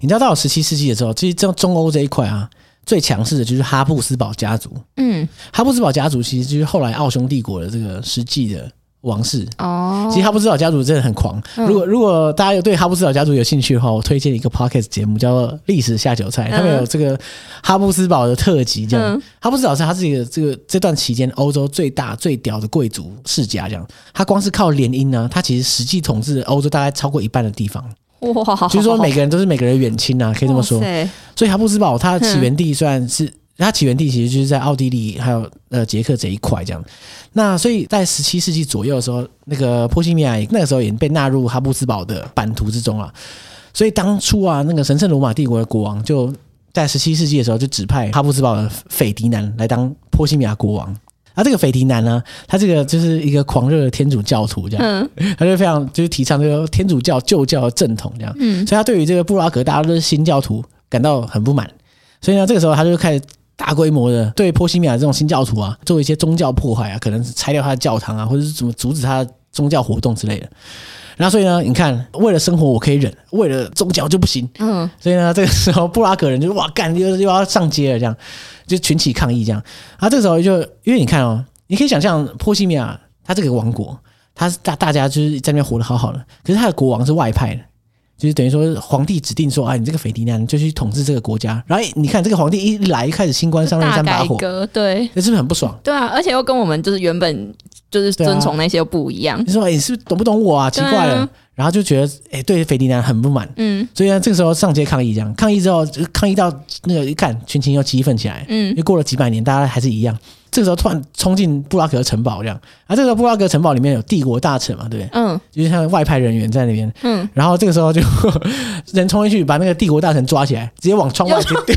你知道，到了十七世纪的时候，其实这中欧这一块啊，最强势的就是哈布斯堡家族。
嗯，
哈布斯堡家族其实就是后来奥匈帝国的这个实际的王室。
哦，
其实哈布斯堡家族真的很狂。
嗯
如果如果大家有对哈布斯堡家族有兴趣的话，我推荐一个 podcast 节目叫做《历史下酒菜》，他们
嗯
有这个哈布斯堡的特辑这样。
嗯
哈布斯堡是他是一个这个这段期间欧洲最大最屌的贵族世家，这样。他光是靠联姻呢，他其实实际统治欧洲大概超过一半的地方，
嗯哇，
就是说每个人都是每个人的远亲啊，可以这么说
哦哇。塞
所以哈布斯堡它的起源地虽然是、它起源地其实就是在奥地利还有呃捷克这一块这样。那所以在十七世纪左右的时候，那个波西米亚也那个时候也被纳入哈布斯堡的版图之中了。啊所以当初啊，那个神圣罗马帝国的国王就在十七世纪的时候就指派哈布斯堡的斐迪南来当波西米亚国王。啊，这个斐迪南呢，他这个就是一个狂热的天主教徒，这样，
嗯
他就非常就是提倡这个天主教旧教的正统这样。
嗯，
所以他对于这个布拉格大家都是新教徒感到很不满，所以呢，这个时候他就开始大规模的对波西米亚这种新教徒啊做一些宗教破坏啊，可能是拆掉他的教堂啊，或者是怎么阻止他的宗教活动之类的。然后所以呢，你看，为了生活我可以忍，为了宗教就不行。
嗯
所以呢，这个时候布拉格人就哇干，又又要上街了，这样就群起抗议这样。啊，这个时候就因为你看哦，你可以想象波西米亚它这个王国，它是大大家就是在那边活得好好的，可是它的国王是外派的。就是等于说，皇帝指定说，啊，你这个斐迪南就去统治这个国家。然后你看，这个皇帝一来，一开始新官上任
大
三把
改
火，
革，对
那是不是很不爽？
对啊，而且又跟我们就是原本就是
对啊
遵从那些又不一样，
你说，哎、你是不是懂不懂我啊？奇怪了。
对啊
然后就觉得，哎、对斐迪南很不满，
嗯
所以呢，这个时候上街抗议，这样抗议之后，就抗议到那个一看，群情又激愤起来。因
嗯
为过了几百年，大家还是一样。这个时候突然冲进布拉格城堡，这样啊，这个时候布拉格城堡里面有帝国大臣嘛，对不对？
嗯
就是像外派人员在那边，
嗯，
然后这个时候就 人冲进去，把那个帝国大臣抓起来，直接往窗外丢。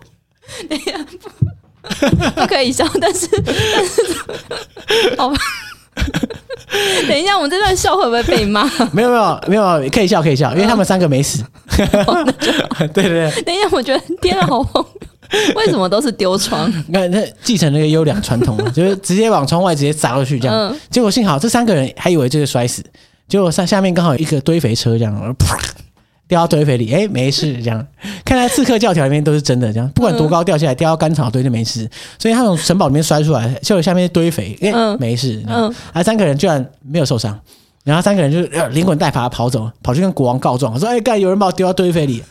不可以笑，但是 但是好吧。 等一下，我们这段笑会不会被骂？
没有没有没有，可以笑可以笑，因为他们三个没死。
哦
对 对对，
等一下，我觉得天啊，好荒谬！为什么都是丢窗？
你看他继承那个优良传统， 就是直接往窗外直接砸过去这样。
嗯
结果幸好这三个人还以为就是摔死，结果上下面刚好有一个堆肥车这样，然后啪掉到堆肥里，哎，没事这样。看来刺客教条里面都是真的，这样
嗯
不管多高掉下来，掉到干草堆就没事。所以他从城堡里面摔出来，结果下面是堆肥，哎，
嗯
没事。嗯，
嗯，
啊，三个人居然没有受伤。然后三个人就呃连滚带爬跑走，跑去跟国王告状，说：“哎、干，有人把我丢到堆肥里。”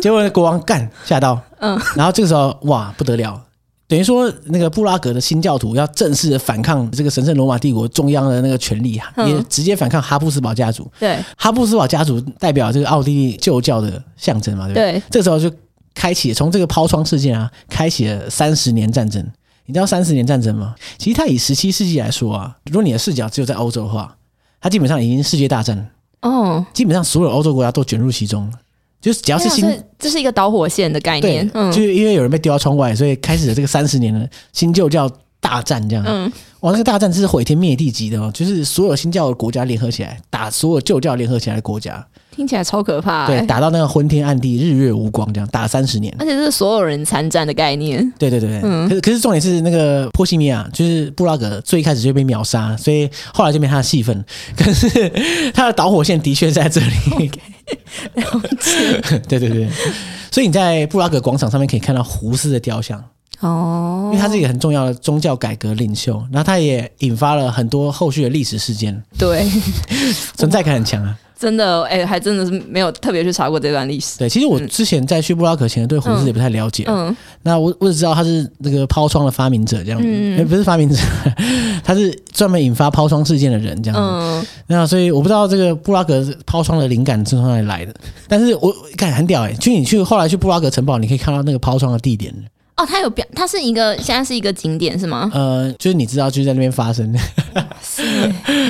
结果国王干吓到，
嗯，
然后这个时候哇不得了，等于说那个布拉格的新教徒要正式的反抗这个神圣罗马帝国中央的那个权力，
嗯
也直接反抗哈布斯堡家族。
对
哈布斯堡家族代表这个奥地利旧教的象征嘛，对不对？
对，
这个时候就开启从这个抛窗事件啊，开启了三十年战争。你知道三十年战争吗？其实它以十七世纪来说啊，如果你的视角只有在欧洲的话，它基本上已经世界大战了，
哦，
基本上所有欧洲国家都卷入其中了。就是只要是新
对啊这这是一个导火线的概
对
念，，嗯
就是因为有人被丢到窗外，所以开始了这个三十年的新旧教大战这样。
嗯，
哇，那个大战是毁天灭地级的哦，就是所有新教的国家联合起来打所有旧教联合起来的国家，
听起来超可怕、
对，
欸，
打到那个昏天暗地、日月无光这样，打三十年。
而且这是所有人参战的概念，
对对对对，
嗯
可是可是重点是那个波西米亚，就是布拉格最开始就被秒杀，所以后来就没他的戏份。 可是他的导火线的确在这 里。 对对对，所以你在布拉格广场上面可以看到胡适的雕像，
哦
因为他是一个很重要的宗教改革领袖，然后他也引发了很多后续的历史事件，
对，
存在感很强啊。
真的，哎、还真的是没有特别去查过这段历史。
对，其实我之前在去布拉格前对胡斯也不太了解，
嗯，
那我我只知道他是那个抛窗的发明者这样子，
嗯
诶不是发明者， 他是专门引发抛窗事件的人这样子。
嗯，
那所以我不知道这个布拉格抛窗的灵感是从哪里来的，但是我感很屌哎、就你去后来去布拉格城堡，你可以看到那个抛窗的地点，
哦，它有表，它是一个现在是一个景点是吗？
呃，就是你知道就是在那边发生的， 啊
是，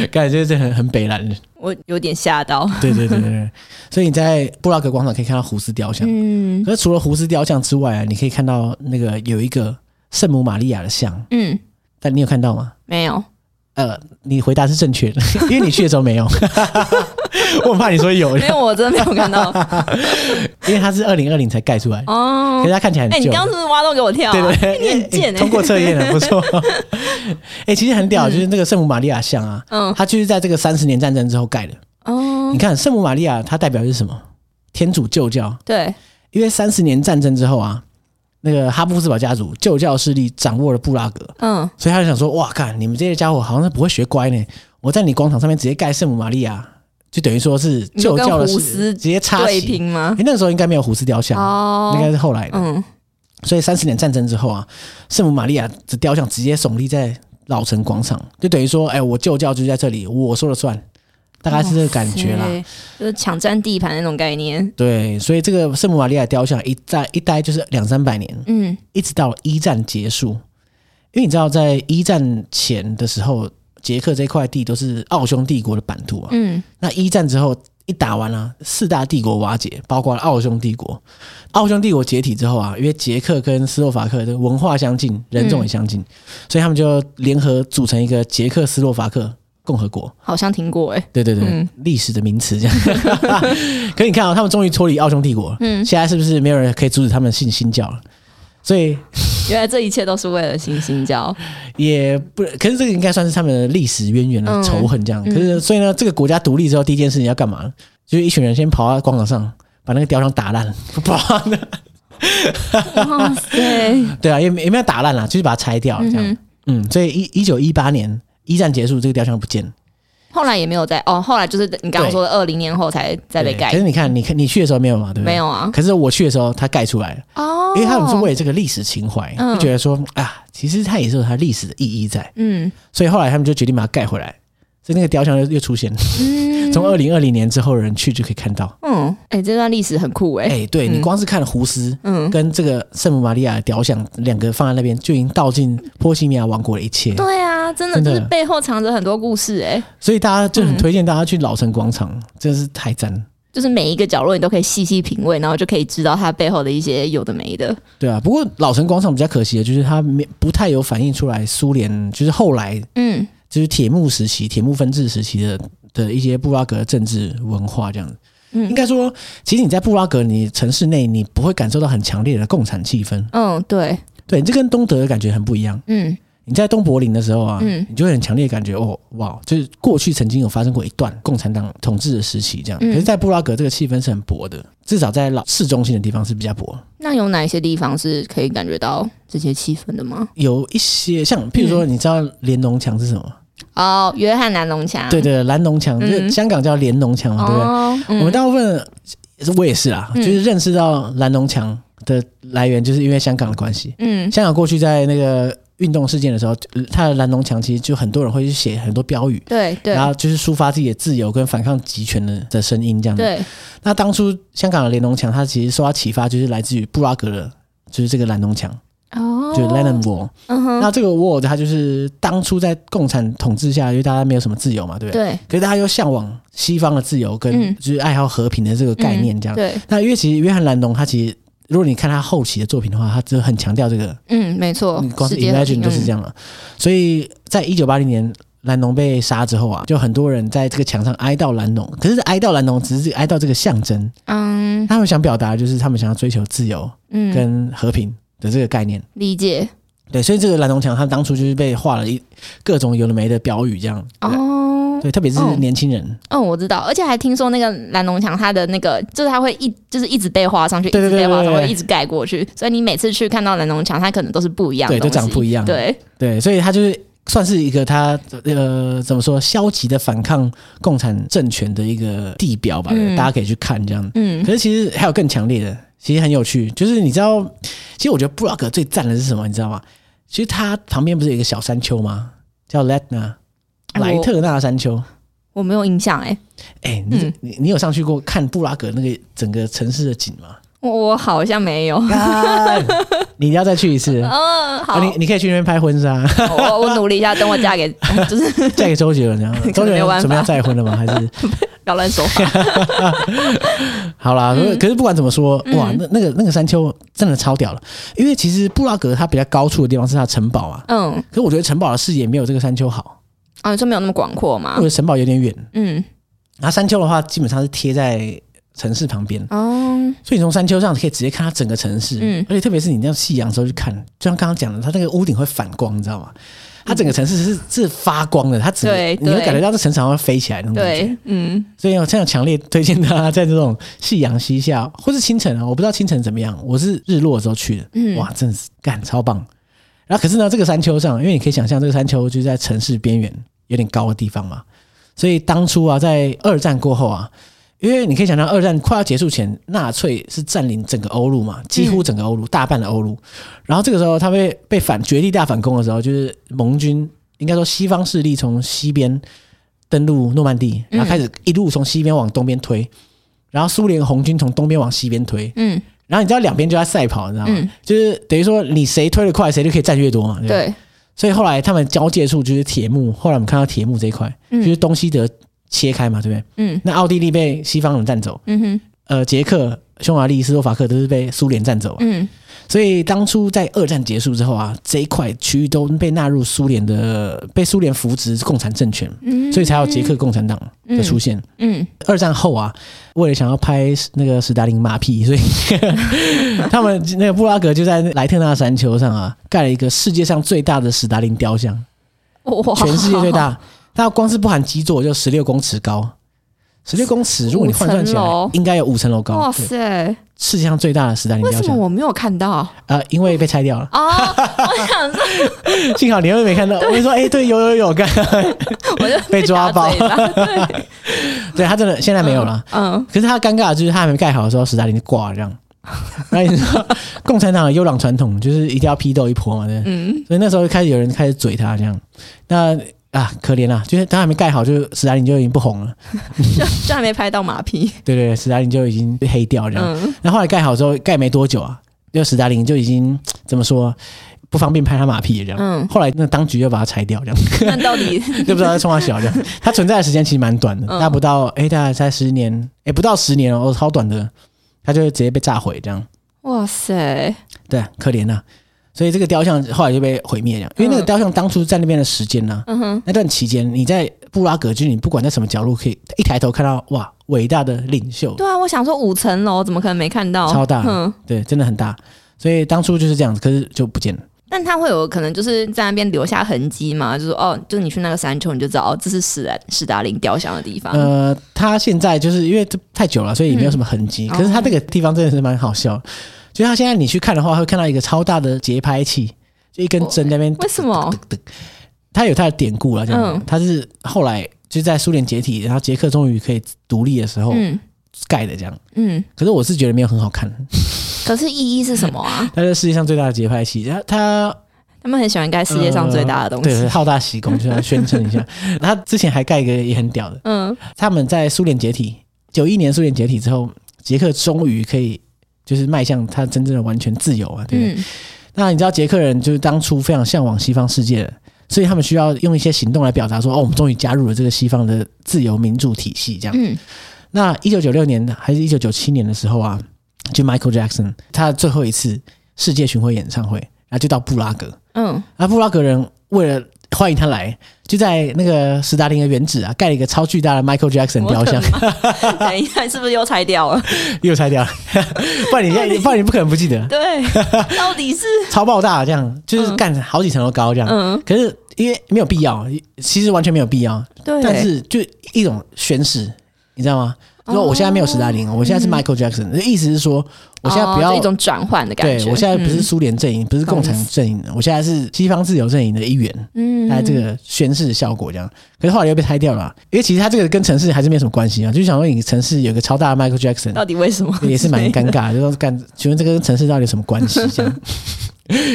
感觉就是很很北蓝的，
我有点吓到。
对对对对对，所以你在布拉格广场可以看到胡斯雕像，
嗯
可是除了胡斯雕像之外啊，你可以看到那个有一个圣母玛利亚的像，
嗯，
但你有看到吗？
没有，
呃，你回答是正确的， 因为你去的时候没 有。我很怕你说有，
没有，我真的没有 看到。
因为它是二零二零才盖出来，可
哦
是，它看起来
哎、
很
你
旧。
刚刚是不是挖洞给我跳、啊？
对对对，
你很
哎
贱
哎
哎、
通过测验了，不 错。哎、其实很屌，就是那个圣母玛利亚像啊，
嗯，
它就是在这个三十年战争之后盖的。
哦
你，看圣母玛利亚，它代表的是什么？天主旧教。
对，
因为三十年战争之后啊，那个哈布斯堡家族旧教势力掌握了布拉格，
嗯，
所以他就想说，哇，看你们这些家伙好像是不会学乖呢，我在你广场上面直接盖圣母玛利亚，就等于说是旧教的
你就跟胡
事，
斯
直接插
对
旗。
拼吗
哎、？那个时候应该没有胡斯雕像，
哦
应该是后来的。
嗯，
所以三十年战争之后啊，圣母玛利亚的雕像直接耸立在老城广场，就等于说，哎、我旧教就在这里，我说了算，大概是这个感觉啦。
对，就是抢占地盘那种概念。
对，所以这个圣母玛利亚雕像一在一待就是两三百年，
嗯，
一直到一战结束，因为你知道，在一战前的时候，捷克这块地都是奥匈帝国的版图啊。
嗯，
那一战之后一打完啊，四大帝国瓦解，包括了奥匈帝国。奥匈帝国解体之后啊，因为捷克跟斯洛伐克的文化相近，人种也相
嗯
近，所以他们就联合组成一个捷克斯洛伐克共和国。
好像听过哎、
对对对，
嗯
历史的名词这样。 可你看啊，他们终于脱离奥匈帝国了，
嗯，
现在是不是没有人可以阻止他们信新教了？所以
原来这一切都是为了星星教。
也不，可是这个应该算是他们的历史渊源了，
嗯
仇恨这样。可是所以呢，这个国家独立之后，第一件事情要干嘛呢？就是一群人先跑到广场上，把那个雕像打 烂，啪！
哇塞，
对啊，也没也没有打烂啦，就是把它拆掉这样。
嗯
嗯所以一一九一八年一战结束，这个雕像不见了，
后来也没有在哦，后来就是你刚刚说的二零年后才才被
对
盖
可，是你看，你看你去的时候没有嘛，对不对？
没。有啊？
可是我去的时候，它盖出来了，
哦，
因为他们是为了这个历史情怀，
嗯
就觉得说啊，其实它也是有它历史的意义在，
嗯
所以后来他们就决定把它盖回来，所以那个雕像又又出现了。
嗯
从二零二零年之后的人去就可以看到。
嗯，哎、这段历史很酷哎、
哎、对
嗯
你光是看胡斯
嗯，
跟这个圣母玛利亚的雕像两个放在那边，就已经道尽波西米亚王国的一切。
对啊，真的
真的
就是背后藏着很多故事哎、
所以大家就很推荐大家去老城广场，真是太赞了。
就是每一个角落你都可以细细品味，然后就可以知道它背后的一些有的没的。
对啊，不过老城广场比较可惜的就是它没不太有反映出来苏联，就是后来
嗯，
就是铁幕时期、铁幕分治时期的的一些布拉格的政治文化这样子。
嗯
应该说，其实你在布拉格，你城市内你不会感受到很强烈的共产气氛，
嗯，对，
对，这跟东德的感觉很不一样。
嗯
你在东柏林的时候啊，
嗯
你就会很强烈地感觉哦，哇，就是过去曾经有发生过一段共产党统治的时期，这样。
嗯
可是，在布拉格这个气氛是很薄的，至少在老市中心的地方是比较薄。
那有哪一些地方是可以感觉到这些气氛的吗？
有一些像，譬如
嗯
说，你知道连农墙是什么？
哦，约翰南龙墙，
对对，蓝农墙，就是
嗯
香港叫连农墙嘛，对不对？
哦，嗯
我们大部分我也是啦，
嗯
就是认识到蓝农墙的来源，就是因为香港的关系。
嗯
香港过去在那个运动事件的时候，它的蓝农墙其实就很多人会去写很多标语，
对对
然后就是抒发自己的自由跟反抗集权的的声音这样子。
对，
那当初香港的连农墙，它其实受到启发，就是来自于布拉格的，就是这个蓝农墙，
哦，
就是 Lennon Wall。
嗯哼，
那这个 Wall 它就是当初在共产统治下，因为大家没有什么自由嘛，对不对？
对
可是大家又向往西方的自由跟
嗯
就是爱好和平的这个概念这样。
对，
那因为其实约翰·兰农他其实。如果你看他后期的作品的话，他就很强调这个，
嗯，没错
你，光是
世界和平嗯
Imagine 就是这，样了。所以在一九八零年兰农被杀之后啊，就很多人在这个墙上哀悼兰农，可是哀悼兰农只是哀悼这个象征，
嗯
他们想表达的就是他们想要追求自由
嗯，嗯
跟和平的这个概念。
理解
对，所以这个蓝铜墙，他们当初就是被画了一各种有的没的标语，这样。
哦。
对，特别是
哦
年轻人，
嗯，我知道，而且还听说那个蓝龙墙，它的那个就是它会一就是一直被画上去，一
对对
直
对
被画上
对对
去，一直盖过去，所以你每次去看到蓝龙墙，它可能都是不一样的
对，
东
都
西，
长不一样。
对，
对，所以他就是算是一个他呃怎么说消极的反抗共产政权的一个地标吧，
嗯
大家可以去看这样。
嗯
可是其实还有更强烈的，其实很有趣，就是你知道，其实我觉得布拉格最赞的是什么，你知道吗？其实它旁边不是有一个小山丘吗？叫 Letna
哎
莱特纳山丘。
我没有印象哎、
哎、你、
嗯
你你有上去过看布拉格那个整个城市的景 吗？
我我好像 没有。
干你一定要再去一次。
嗯，啊好，
啊、你你可以去那边拍婚纱，
我我努力一下，等我嫁给， 就是
嫁给周杰伦这 样。周杰
没有
伦
办
怎么样
法
再婚了吗？还是
不要乱 说话。
好啦，可是可是不管怎么说，
嗯
哇，那那个那个山丘真的超屌了。因为其实布拉格它比较高处的地方是它的城堡啊，
嗯，
可是我觉得城堡的视野没有这个山丘好，
啊，你说没有那么广阔嘛
我觉？得城堡有点远。
嗯，
然后山丘的话，基本上是贴在城市旁边，
哦，
所以你从山丘上可以直接看它整个城市。
嗯
而且特别是你那样夕阳的时候去看，就像刚刚讲的，它那个屋顶会反光，你知道吗？它整个城市是是发光的，它整个
对
你会
对
感觉到这城墙会飞起来那种感觉。
对，嗯，
所以我真的强烈推荐大家在这种夕阳西下，或是清晨啊，我不知道清晨怎么样，我是日落的时候去的，
嗯
哇，真的是干超棒。然后可是呢，这个山丘上，因为你可以想象这个山丘就是在城市边缘有点高的地方嘛，所以当初啊，在二战过后啊，因为你可以想象二战快要结束前，纳粹是占领整个欧陆嘛，几乎整个欧陆、大半的欧陆，然后这个时候他被被反绝地大反攻的时候，就是盟军应该说西方势力从西边登陆诺曼底，然后开始一路从西边往东边推，然后苏联红军从东边往西边推，
嗯，
然后你知道两边就在赛跑，你知道吗？
嗯
就是等于说你谁推得快，谁就可以占越多嘛。对吧。
对，
所以后来他们交界处就是铁幕，后来我们看到铁幕这一块，就是
嗯
东西德切开嘛，对不对？
嗯
那奥地利被西方人占走，
嗯哼，
呃，捷克、匈牙利、斯洛伐克都是被苏联占走啊。
嗯
所以当初在二战结束之后啊，这一块区域都被纳入苏联的，被苏联扶植共产政权，
嗯，
所以才有捷克共产党的出现。
嗯，
二战后啊，为了想要拍那个史达林马屁，所以 他们那个布拉格就在莱特纳山丘上啊，盖了一个世界上最大的史达林雕像，
哇，
全世界最，大。它光是不含基座就十六公尺高，十六公尺，如果你换算起
五层
来
楼，
应该有五层楼高。
哇
对
塞，
世界上最大的史达林
为
雕
什么
像，
我没有看到？
呃，因为被拆掉了。
哦，我想说，
幸好你又没看到，我就说，哎、对，有有有，干，
我就
被抓包
被 打嘴巴对
对他真的现在没有了。
嗯，
可是他尴尬的就是他还没盖好的时候，史达林就挂了这 样。那你知道共产党的优良传统就是一定要批斗一波嘛，对不对。
嗯
所以那时候就开始有人开始嘴他这样，那啊可怜啊，就是他还没盖好，就史达林就已经不红了，
就就还没拍到马屁，
对对对，史达林就已经被黑掉这样。
嗯
那、后来盖好之后，盖没多久啊，就史达林就已经怎么说不方便拍他马屁这样。
嗯，
后来那当局又把他拆掉这 样。
那到底
就不知道在冲他小这样。它存在的时间其实蛮短的，
嗯
大概不到哎、大概才十年，哎、不到十年哦，哦超短的，它就会直接被炸毁这样。
哇塞，
对啊、可怜呐、所以这个雕像后来就被毁灭了，因为那个
嗯
雕像当初在那边的时间呢、
嗯哼，
那段期间你在布拉格，就是你不管在什么角落，可以一抬头看到哇，伟大的领袖，
对啊，我想说五层楼怎么可能没看到？
超大
嗯，
对，真的很大。所以当初就是这样子，可是就不见了。
但它会有可能就是在那边留下痕迹嘛，就是哦，就是你去那个山丘你就知道哦，这是史达史达林雕像的地方。
呃，他现在就是因为这太久了，所以也没有什么痕迹。
嗯
可是他这个地方真的是蛮好笑，就是他现在你去看的话，会看到一个超大的节拍器，就一根针在那边。
为什么？
它有它的典故了，这样
哦嗯。
它是后来就在苏联解体，然后捷克终于可以独立的时候
嗯
盖的这样。
嗯，
可是我是觉得没有很好看，
可是意义是什 么啊？
它是世界上最大的节拍器，它它
他们很喜欢盖世界上最大的东
呃
西
对，。好大喜功，就要宣称一 下。他之前还盖一个也很屌的，
嗯
他们在苏联解体，九一年苏联解体之后，捷克终于可以就是迈向它真正的完全自由啊，对不对？
嗯
那你知道捷克人就是当初非常向往西方世界的，所以他们需要用一些行动来表达说，哦，我们终于加入了这个西方的自由民主体系，这样。
嗯
那一九九六年还是一九九七年的时候啊，就 Michael Jackson 他最后一次世界巡回演唱会，然后就到布拉格，
嗯，
啊，布拉格人为了欢迎他来，就在那个斯大林的原址啊，盖了一个超巨大的 Michael Jackson 雕像，
我的妈 等一下，是不是又拆掉了？
又拆掉了， 不然你现在不然你不可能不记得，
对，到底是
超爆大这样，就是
嗯
干好几层楼高这样。
嗯，
可是因为没有必要，其实完全没有必要，
对，
但是就一种宣誓，你知道吗？就说我现在没有史达林，我现在是 Michael Jackson，、意思是说我现在不
哦
要、
就一种转换的感
对
觉。嗯
我现在不是苏联阵营，不是共产阵营的，我现在是西方自由阵营的一员。
嗯，
它这个宣示效果这样，可是后来又被拆掉了啊、因为其实它这个跟城市还是没有什么关系啊，就是想说你城市有个超大的 Michael Jackson，
到底为什么
也是蛮尴尬的，就说干，请问这个跟城市到底有什么关系？这样，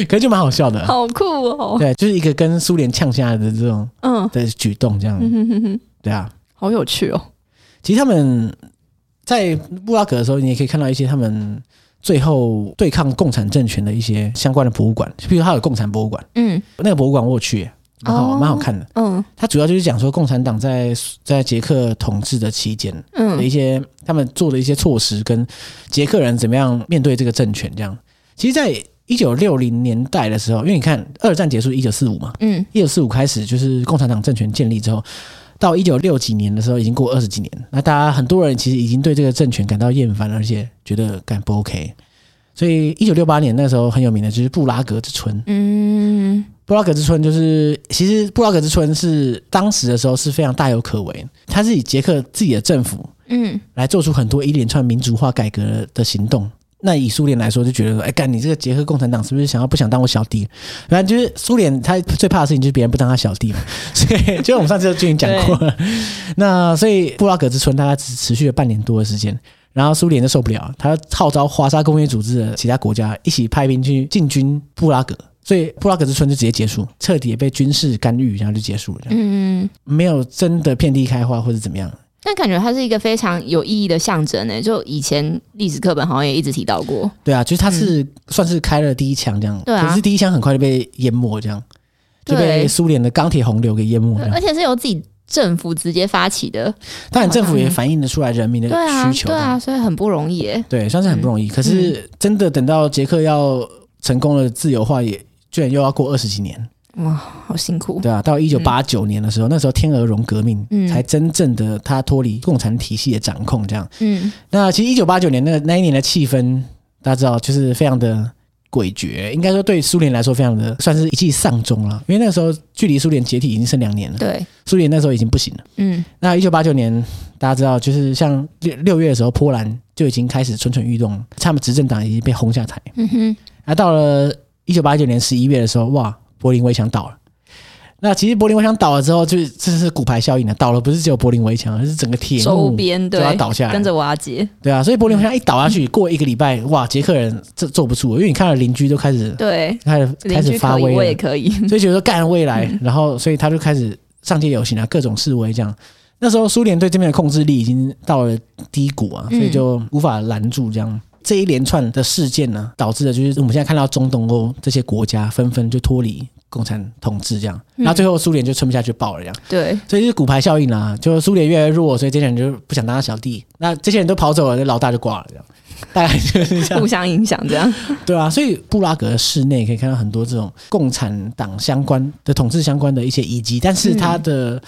可是就蛮好笑的啊、
好酷哦，
对，就是一个跟苏联呛下来的这种
嗯，
的举动，这样，
嗯哼哼哼，
对啊。
好有趣哦，
其实他们在布拉格的时候，你也可以看到一些他们最后对抗共产政权的一些相关的博物馆，比如它有共产博物馆，
嗯
那个博物馆我有去，蛮好
哦
蛮好看的。
嗯
它主要就是讲说共产党在在捷克统治的期间的一
嗯，
些、他们做的一些措施，跟捷克人怎么样面对这个政权这样。其实，在一九六零年代的时候，因为你看二战结束一九四五嘛，
嗯，
一九四五开始就是共产党政权建立之后，到一九六几年的时候已经过二十几年，那大家很多人其实已经对这个政权感到厌烦，而且觉得干不 OK。所以，一九六八年那时候很有名的就是布拉格之春。
嗯，
布拉格之春就是，其实布拉格之春是当时的时候是非常大有可为，它是以捷克自己的政府
嗯，
来做出很多一连串民主化改革的行动。那以苏联来说，就觉得说，哎，干你这个捷克共产党是不是想要不想当我小弟？反正就是苏联他最怕的事情就是别人不当他小弟嘛。 所以，就我们上次就已经讲过了。 那所以布拉格之春大概只持续了半年多的时间，然后苏联就受不了，他号召华沙工业组织的其他国家一起派兵去进军布拉格。所以布拉格之春就直接结束，彻底被军事干预，然后就结束了，这样
嗯。
没有真的遍地开花或者怎么样。
但感觉它是一个非常有意义的象征呢、就以前历史课本好像也一直提到过，
对啊，就是他是算是开了第一枪这样，
嗯对啊
可是第一枪很快就被淹没，这样就被
对呃
苏联的钢铁洪流给淹没这
而
样。
且是由自己政府直接发起的，
当然，政府也反映得出来人民的
对啊，
需求，
对啊，嗯所以很不容易耶、
对，算是很不容易。可是真的等到捷克要成功的自由化，也居然又要过二十几年，
哇，好辛苦，
对啊，到一九八九年的时候，那时候天鹅绒革命
嗯
才真正的他脱离共产体系的掌控，这样。
嗯
那其实一九八九年那个那一年的气氛，大家知道就是非常的诡谲，应该说对苏联来说非常的算是一记丧钟了，因为那个时候距离苏联解体已经剩两年了，
对，
苏联那时候已经不行了。
嗯
那一九八九年大家知道，就是像六六月的时候，波兰就已经开始蠢蠢欲动，他们执政党已经被轰下台。
嗯哼，
那到了一九八九年十一月的时候，哇，柏林围墙倒了。那其实柏林围墙倒了之后，就是这是骨牌效应啊，倒了不是只有柏林围墙，而是整个铁
周
幕
边
都要
对，
倒下来，
跟着瓦解，
对啊，所以柏林围墙一倒下
嗯
去，过一个礼拜，哇，捷克人这坐不住了，因为你看到邻居都开始
对，
开始
邻
开
居
始发
可以，我
威
也
了，
可 以，嗯
所以觉得说干未来，然后所以他就开始上街游行啊，各种示威这样。那时候苏联对这边的控制力已经到了低谷啊，
嗯
所以就无法拦住这样。这一连串的事件呢，导致的就是我们现在看到中东欧这些国家纷纷就脱离共产统治这样，
嗯
然后最后苏联就撑不下去爆了这样。
对，
所以就是骨牌效应啊，就是苏联越来越弱，所以这些人就不想当他小弟，那这些人都跑走了，那老大就挂了，这样大概就是这
互
样，
相影响这样，
对啊。所以布拉格的市内可以看到很多这种共产党相关的统治相关的一些遗迹，但是它的，
嗯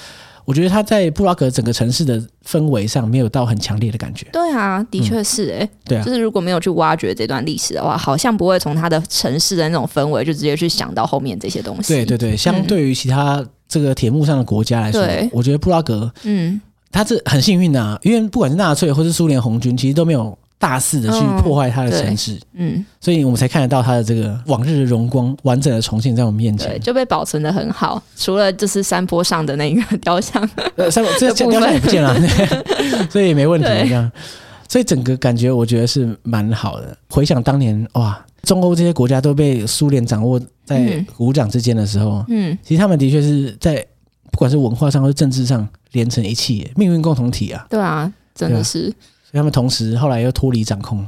我觉得它在布拉格整个城市的氛围上没有到很强烈的感觉，
对啊，的确是哎、
对啊
就。是如果没有去挖掘这段历史的话，好像不会从它的城市的那种氛围就直接去想到后面这些东西，
对对，对，相对于其他这个铁幕上的国家来说
嗯对，
我觉得布拉格
嗯，
它是很幸运的、啊，因为不管是纳粹或是苏联红军，其实都没有大肆的去
嗯
破坏它的
对
城市，
嗯，
所以我们才看得到他的这个往日的荣光完整的重现在我们面
对，
前。
就被保存的很好，除了就是山坡上的那个 雕像，
呃，三这
这
这
部
雕
分
像也不见了， 所以也没问题
对
这样。所以整个感觉我觉得是蛮好的。回想当年，哇，中欧这些国家都被苏联掌握在
嗯
股掌之间的时候，
嗯，
其实他们的确是在不管是文化上或是政治上连成一气，命运共同体啊。
对啊，真的是。
所以他们同时后来又脱离掌控，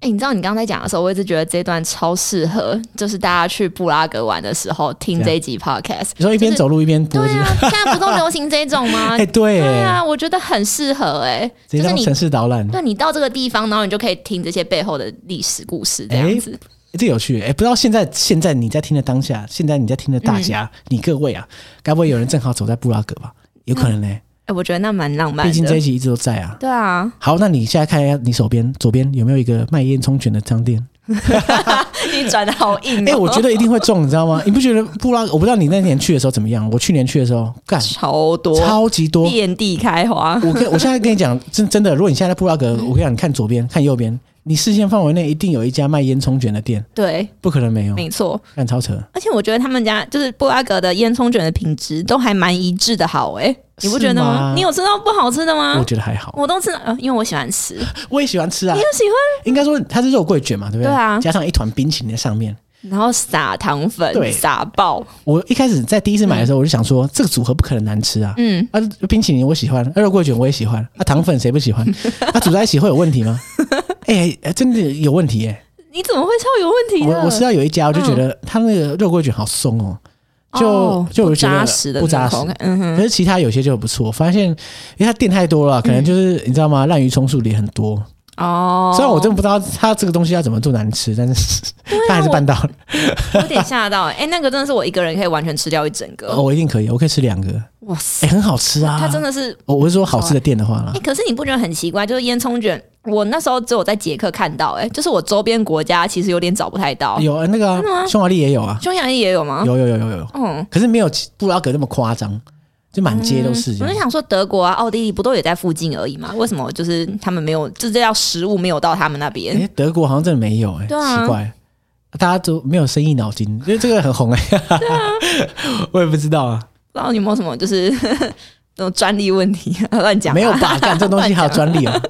哎、你知道你刚才讲的时候，我一直觉得这段超适合，就是大家去布拉格玩的时候
这
听
样
这一集 podcast。
你说一边
就是
走路一边播
对
是吧？
啊，现在不都流行这种吗
哎、？对，
对啊，我觉得很适合哎、
直接
就是
当
你
城市导览，
对你到这个地方，然后你就可以听这些背后的历史故事，这样子。
欸这有趣哎、欸不知道现在现在你在听的当下，现在你在听的大家，
嗯
你各位啊，该不会有人正好走在布拉格吧？有可能呢、
哎、我觉得那蛮浪漫
毕竟这一
的。
集一直都在啊。
对啊，
好，那你现在看一下你手边左边有没有一个卖烟囱卷的商店？
你转的好硬、哦。
哎、我觉得一定会中，你知道吗？你不觉得布拉格？我不知道你那年去的时候怎么样。我去年去的时候，干
超多，
超级多。
遍地开花。
我跟我现在跟你讲，真真的，如果你现在在布拉
嗯
格，我跟你讲，你看左边，看右边，你视线范围内一定有一家卖烟囱卷的店，
对，
不可能没有。
没错。
干超扯，
而且我觉得他们家就是布拉格的烟囱卷的品质都还蛮一致的好、欸，你不觉得
是
吗
吗？
你有吃到不好吃的吗
我？觉得还好。
我都吃到，呃因为我喜欢 吃。你
我也喜欢吃啊，
又喜欢，
应该说它是肉桂卷嘛，对不对？
对啊
加上一团冰淇淋在上面。
然后撒糖
对
粉，撒爆，
我一开始在第一次买的时候，我就想说、这个组合不可能难吃啊。
嗯，
啊，冰淇淋我喜欢，啊肉桂卷我也喜欢，啊，糖粉谁不喜 欢？啊，煮在一起会有问题吗？ 哎、真的有问题耶、
你怎么会超有问题呢？
我我吃到有一家，我就觉得它那个肉桂卷好松哦，就、
嗯哦
就我
不
觉得
扎实的
不
那
扎
种
实
口。感，嗯哼，
可是其他有些就不错，我发现因为它店太多了，可能就是、你知道吗？滥竽充数的也很多。
哦，
虽然我真的不知道它这个东西要怎么做难吃，但是
啊
它还是办到了。
有点吓到、欸，哎、那个真的是我一个人可以完全吃掉一整个，
哦，我一定可以，我可以吃两个，
哇塞，
哎、很好吃啊！
它真的是，
我我是说好吃的店的话啦
哎、，可是你不觉得很奇怪？就是烟囱卷，我那时候只有在捷克看到、欸，哎，就是我周边国家其实有点找不太到，
有呃那个啊、
哎真的吗
匈牙利也有啊，
匈牙利也有吗？
有有有有有有，
嗯，
可是没有布拉格那么夸张，就满街都是这
嗯我就
样。
想说德国啊、奥地利不都也在附近而已吗？为什么就是他们没有，就是这叫食物没有到他们那边
哎、？德国好像真的没有哎、
对啊
奇怪，大家都没有生意脑筋，因为这个很红哎、
啊
我也不知道啊，
不知道你有没有什么就是 那种专利问题？ 乱讲啊，
没有吧？干这东西还有专利哦。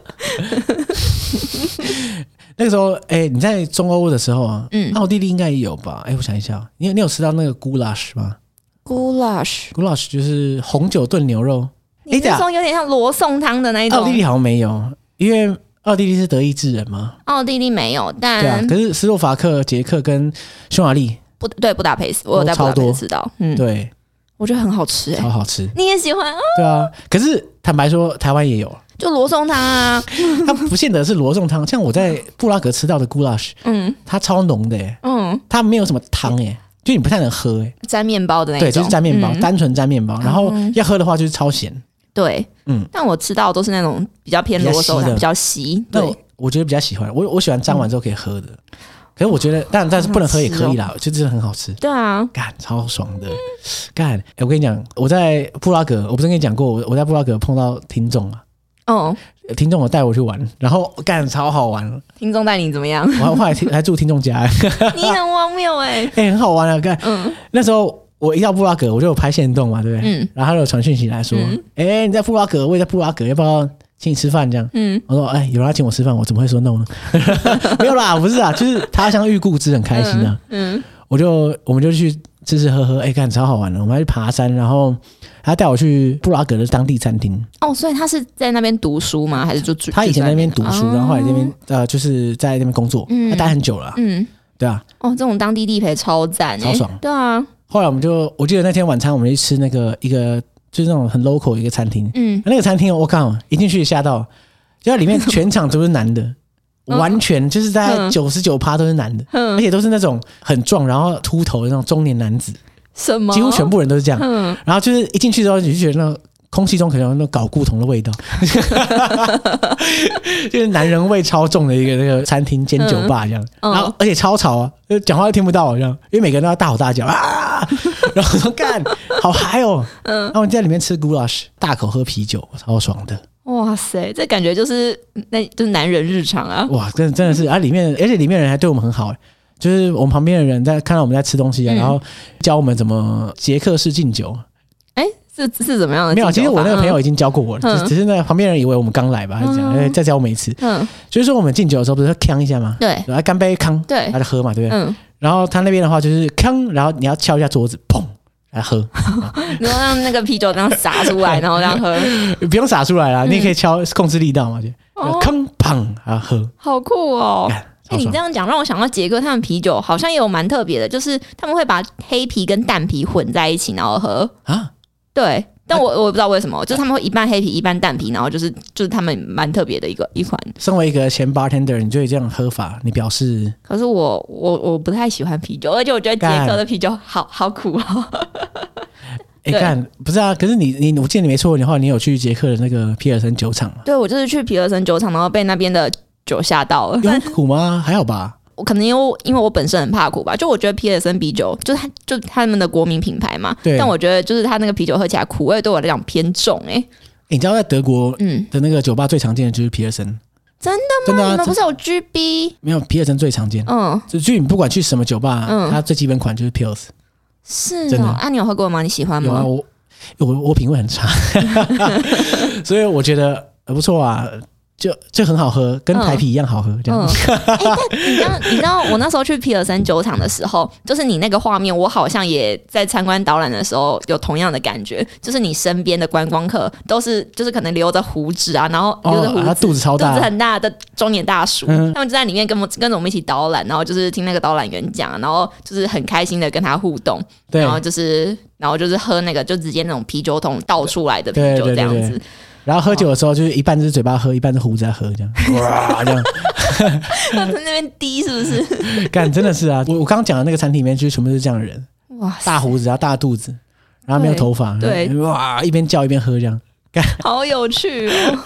那个时候，哎、你在中欧的时候啊，
嗯
奥地利应该也有吧？哎、我想一下，你有你有吃到那个 goulash 吗
goulash，
？goulash 就是红酒炖牛肉，
你
等一
那
下
时候有点像罗宋汤的那一
奥地
种。
利好像没有，因为奥地利是德意志人嘛，
奥地利哦没有，但
对啊。可是斯洛伐克、捷克跟匈牙利，
不对，布达佩斯，我有在布
哦超
达佩
多
斯吃到，嗯，
对，
我觉得很好吃哎、
超好吃。
你也喜欢啊？
对啊，可是坦白说，台湾也 有，
就罗宋汤啊，
它不见得是罗宋汤。像我在布拉格吃到的 goulash，
嗯
它超浓的、欸，
嗯，
它没有什么汤哎、就你不太能喝哎、
沾面包的那一种，
对，就是沾面包，
嗯
单纯沾面包。然后要喝的话就是超咸。
对，
嗯
嗯，但我吃到的都是那种比较偏罗宋汤，
比
比较稀，
那
对嗯
我，我觉得比较喜欢，我我喜欢沾完之后可以喝的。可是我觉得，但但是不能喝也
哦
可以啦，就真的很好吃。
对啊，
干超爽的，干！哎、我跟你讲，我在布拉格，我不是跟你讲过，我我在布拉格碰到听众啊，
嗯，
听众我带我去玩，然后干超好玩，
听众带你怎么样？
我还我还听还住听众家、
你很荒谬哎、
哎、很好玩啊！看
嗯
那时候我一到布拉格，我就有拍线动嘛，对不对？
嗯
然后他就传讯息来说：“哎、你在布拉格，我也在布拉格，要不要请你吃饭？”这样，
嗯，
我说：“哎、有人要请我吃饭，我怎么会说 no 呢？” 没有啦，不是啊，就是他乡遇故知，很开心啊。
嗯
我就我们就去吃吃喝喝，哎、看超好玩的。我们还去爬山，然后他带我去布拉格的当地餐厅。
哦，所以他是在那边读书吗？还是就住？
他以前在那边读书，然后后来那
这
边呃，就是在那边工作，
嗯
他待很久了啊、
哦嗯，
对啊。
哦，这种当地地陪超赞、欸，
超爽
对啊，
后来我们就，我记得那天晚餐我们去吃那个一个就是那种很 local 的一个餐厅，
嗯，
那个餐厅我靠，一进去吓到，就它里面全场都是男的，
嗯
完全就是大概
嗯
九十九趴都是男的，而
哼，
且都是那种很壮然后秃头的那种中年男子，
什么？
几乎全部人都是这样。
嗯，
然后就是一进去之后，你就觉得那空气中可能有那种睾固酮的味道， 就是男人味超重的一个那个餐厅兼酒吧这样。
嗯
然后而且超吵啊，就讲话又听不到这样，因为每个人都要大吼大叫啊。 然后我说干，好嗨哦！嗯，然后我在里面吃 goulash，大口喝啤酒，超爽的。
哇塞，这感觉就是那就是男人日常啊。
哇，真的真的是啊！里面而且里面人还对我们很好、欸就是我们旁边的人在看到我们在吃东西啊，
嗯
然后教我们怎么捷克式敬酒，
哎、是是怎么样的
没
敬酒法？
有，啊其实我那个朋友已经教过我了，
嗯
只只是那旁边人以为我们刚来吧，他就讲
嗯
哎再教我们一次。
嗯，嗯，
所以说我们敬酒的时候不是要呛一下吗？
对
来干杯，康，
对
然后，就喝嘛，对不对？
嗯，
然后他那边的话就是康，然后你要敲一下桌子，砰，来喝，
然后让那个啤酒这样洒出 来，然后这样喝，
不用洒出来啦，你也可以敲控制力道嘛，就
嗯哦
康砰，然后喝，
好酷哦！
干
哎、
超
你
爽
这。样讲让我想到杰哥他们啤酒好像也有蛮特别的，就是他们会把黑啤跟淡啤混在一起然后喝。
啊，
对，但我我也不知道为什么，就是他们会一半黑啤一半淡啤，然后就是就是他们蛮特别的一个一款。
身为一个前 bartender，你对这样喝法，你表示
可是我我我不太喜欢啤酒，而且我觉得
干
杰克的啤酒好好苦 哦。
哎
对
干不是啊？可是你你我记得你没错的话，你有去捷克的那个皮尔森酒厂吗？
对我就是去皮尔森酒厂，然后被那边的酒吓到了。
有很苦吗？还好吧。
我可能因为因为我本身很怕苦吧，就我觉得 PSN 啤酒就是它就他们的国民品牌嘛，
对
但我觉得就是它那个啤酒喝起来苦味对我来讲偏重哎、
你知道在德国
嗯，
的那个酒吧最常见的就是皮尔森，
真的
真的
你
啊，
们
这
不是有 GB
没有皮尔森最常见。
嗯
就就你不管去什么酒吧，
嗯
它最基本款就是 Pils。
是
真的
哦，啊你有喝过吗？你喜欢
有啊，
吗？
我我我品味很 差，所以我觉得呃不错啊，就就很好喝，跟台啤一样好喝。这样
嗯，哎、但你知道，你知道我那时候去皮尔森酒厂的时候，就是你那个画面，我好像也在参观导览的时候有同样的感觉，就是你身边的观光客都是就是可能留着胡子啊，然后留着胡
哦，
子、
他肚子超
肚子
大，
很大的中年大叔，
嗯
他们就在里面跟我跟着我们一起导览，然后就是听那个导览员讲，然后就是很开心的跟他互动，
对
然，后就是然后就是喝那个就直接那种啤酒桶倒出来的啤酒
对对对
这样
对
子，
然后喝酒的时候就是一半是嘴巴喝，一半是胡子在喝，这样哇，这样
他们在那边滴是不 是？
干真的是啊！我我刚刚讲的那个餐厅里面就是全部是这样的人，
哇，
大胡子啊，大肚子，然后没有
对
头发，
对
哇，一边叫一边喝这样。
好有趣哦！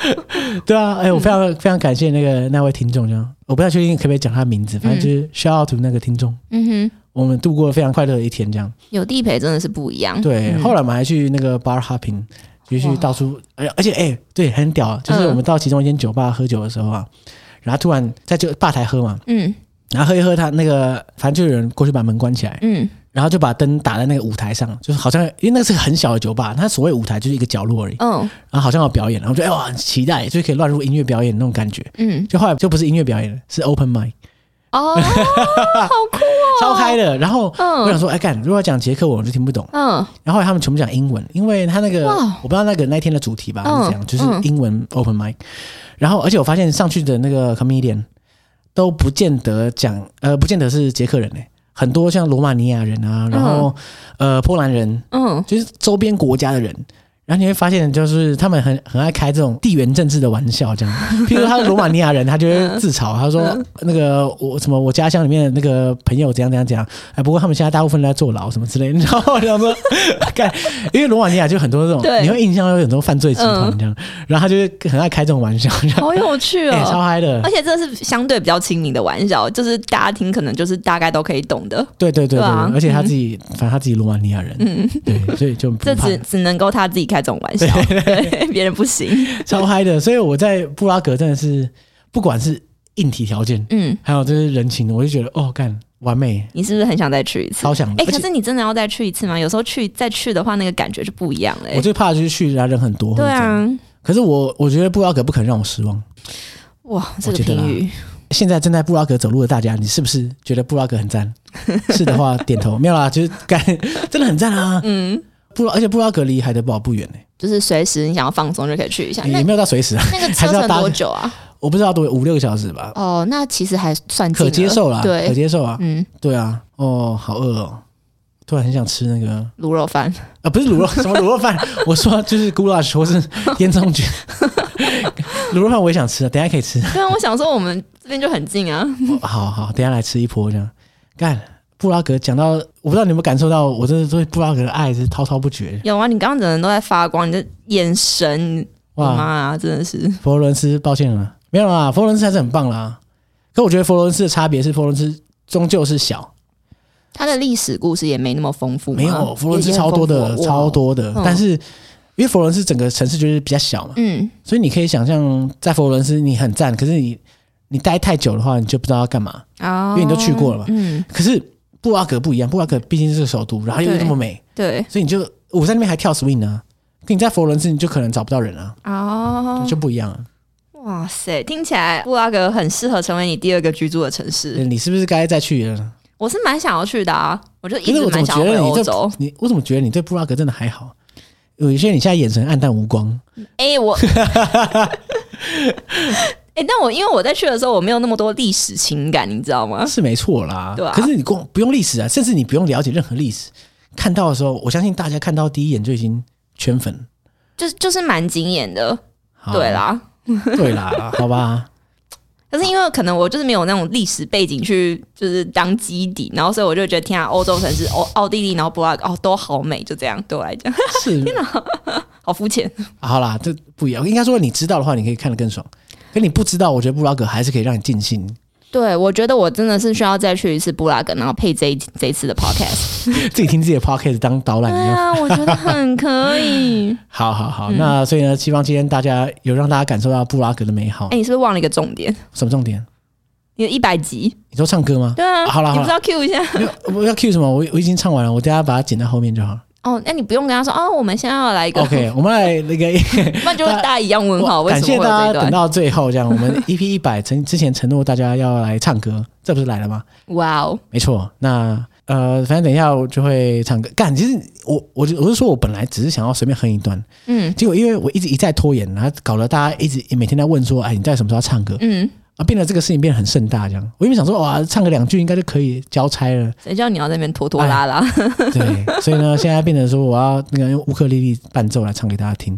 对啊，哎、我非常、
嗯
非常感谢那个那位听众，这样我不太确定可不可以讲他名字，反正就是 shout out to 那个听众，
嗯哼，
我们度过非常快乐的一天，这样。
有地陪真的是不一样。
对，
嗯
后来我们还去那个 bar hopping，就去
哇
到处，而而且哎、对，很屌啊，就是
嗯
我们到其中一间酒吧喝酒的时候啊，然后突然在这个吧台喝嘛，
嗯
然后喝一喝他那个，反正就有人过去把门关起来，
嗯
然后就把灯打在那个舞台上，就是好像因为那是个很小的酒吧，它所谓舞台就是一个角落而已，
嗯
然后好像要表演，然后我就哎哇很期待，就可以乱入音乐表演那种感觉。
嗯，
就后来就不是音乐表演了，是 open mic，
哦，好酷
超嗨的。然后我想
哦！
说，哎干，如果要讲捷克文我就听不懂。
嗯
然后后来他们全部讲英文，因为他那个
哇
我不知道那个那天的主题吧
嗯
是这样，就是
嗯
英文 open mic。然后而且我发现上去的那个 comedian 都不见得讲，呃，不见得是捷克人嘞、欸很多像罗马尼亚人啊，然后、呃波兰人，
嗯
就是周边国家的人。然后你会发现，就是他们很很爱开这种地缘政治的玩笑，这样。 譬如说他是罗马尼亚人，他就会自
嗯
嘲，他说那个我什么我家乡里面的那个朋友怎样怎样怎样，哎，不过他们现在大部分都在坐牢什么之类的。然后我想说， 看，因为罗马尼亚就很多这种，
对
你会印象有很多犯罪集团这样，然后他就很爱开这种玩笑，这
嗯，
样，
好有趣
哎，超
哦！
嗨的
而。且这是相对比较亲民的玩笑，就是大家听可能就是大概都可以懂的，
对对对对，
对啊嗯
而且他自己，反正他自己罗马尼亚人，对，所以就不
这
怕
只只能够他自己开这种玩笑，对别人不行。
超嗨的。所以我在布拉格真的是，不管是硬体条件，
嗯，
还有就是人情，我就觉得哦，干完美，
你是不是很想再去一次
超？想的。
哎，
而
可
且
是你真的要再去一次吗？有时候去再去的话，那个感觉就不一样了。
我
哎
最怕的就是去人家人很多，
对
或者这样。
啊，
可是我我觉得布拉格不可能让我失望。
哇，这
我
个
觉得啦
评语
现在正在布拉格走路的大家，你是不是觉得布拉格很 赞？是的话，点头。没有啦，就是干，真的很赞啊。嗯，布拉，而且布拉格离海德堡不远呢、
就是随时你想要放松就可以去一下。那
也没有到随时啊，
那个
还
车
是要
程
搭
多久啊？
我不知道多五六个小时吧，
哦，那其实还算近
可接
了
受啦，可
对，
接受啊。
嗯，
对啊，哦，好饿哦，突然很想吃那个。
卤肉饭，
啊，不是卤肉，什么卤肉饭？我说就是 goulash 或是烟囱卷。 卤肉饭我也想吃啊，等一下可以 吃。
对啊，我想说我们这边就很近啊。
好好，等一下来吃一波这样。干，布拉格讲到，我不知道你有没有感受到，我真的对布拉格的爱是滔滔不绝。
有啊，你刚刚整个人都在发光，你的眼神，我妈
哇，
啊，真的是，
佛罗伦斯，抱歉了，没有啦，佛罗伦斯还是很棒啦。可我觉得佛罗伦斯的差别是，佛罗伦斯终究是小，
它的历史故事也没那么丰富吗，
没有佛罗伦斯
啊也也很
超多的
丰，富
超。多的。
嗯
但是因为佛罗伦斯整个城市就是比较小嘛
哇，嗯，
所以你可以想象，在佛罗伦斯你很赞，可是你你待太久的话，你就不知道要干嘛。
啊、
因为你都去过了嘛
嗯，
可是布拉格不一样，布拉格毕竟是个首都，然后又
对
那么美，
对，
所以你就我在那边还跳 swing 呢、可你在佛罗伦斯你就可能找不到人啊，
哦
就，不一样啊。
哇塞，听起来布拉格很适合成为你第二个居住的城市，
你是不是该再去了？
我是蛮想要去的啊，我嗯就一
可是
直
我怎
蛮
么
想
觉
要回
得你
欧
对
洲。
你我怎么觉得你对布拉格真的还好？有一些你现在眼神暗淡无光，
哎、 我，哎、但我因为我在去的时候，我没有那么多历史情感，你知道吗？
是没错啦。
对啊
可是你光不用历史啊，甚至你不用了解任何历史，看到的时候，我相信大家看到第一眼就已经圈粉。
就是就是蛮惊艳的，
好
对，啦。
对啦，好吧。
可是因为可能我就是没有那种历史背景去就是当基底，然后所以我就觉得天啊，欧洲城市欧奥地利，然后布拉格哦都好美，就这样对我来讲
是
好肤浅。
好啦，这不一样。应该说你知道的话，你可以看得更爽；可你不知道，我觉得布拉格还是可以让你尽兴。
对，我觉得我真的是需要再去一次布拉格，然后配这一这一次的 podcast。
自己听自己的 podcast 当导览
对
一样。
啊，嗯我觉得很 可以。
好好好，那所以呢，希望今天大家有让大家感受到布拉格的美好。
哎、你是不是忘了一个重点？
什么重点？
你的一百集，
你说唱歌吗？
对啊，
啊好啦
你
好啦
不知道 Q 一下
没有我要 cue 什么？我我已经唱完了，我等一下把它剪到后面就好了。
哦。那你不用跟他说哦，我们现在要来一个
OK，我们来那 个
那就会大家一样问号，为
感
什
谢
么会有这
大
一
家等
段？
到最后这样。我们 EP 一百承之前承诺大家要来唱歌，这不是来了吗？
哇哦，
没错，那呃，反正等一下我就会唱歌。干，其实我我就我是说我本来只是想要随便哼一段，
嗯
结果因为我一直一再拖延，然后搞得大家一直每天在问说，哎，你在什么时候要唱歌？
嗯，
啊，变得这个事情变得很盛大这样。我原本想说，哇，唱个两句应该就可以交差了，
谁叫你要在那边拖拖拉
哎
拉？
对，所以呢，现在变成说我要那个用乌克丽丽伴奏来唱给大家听，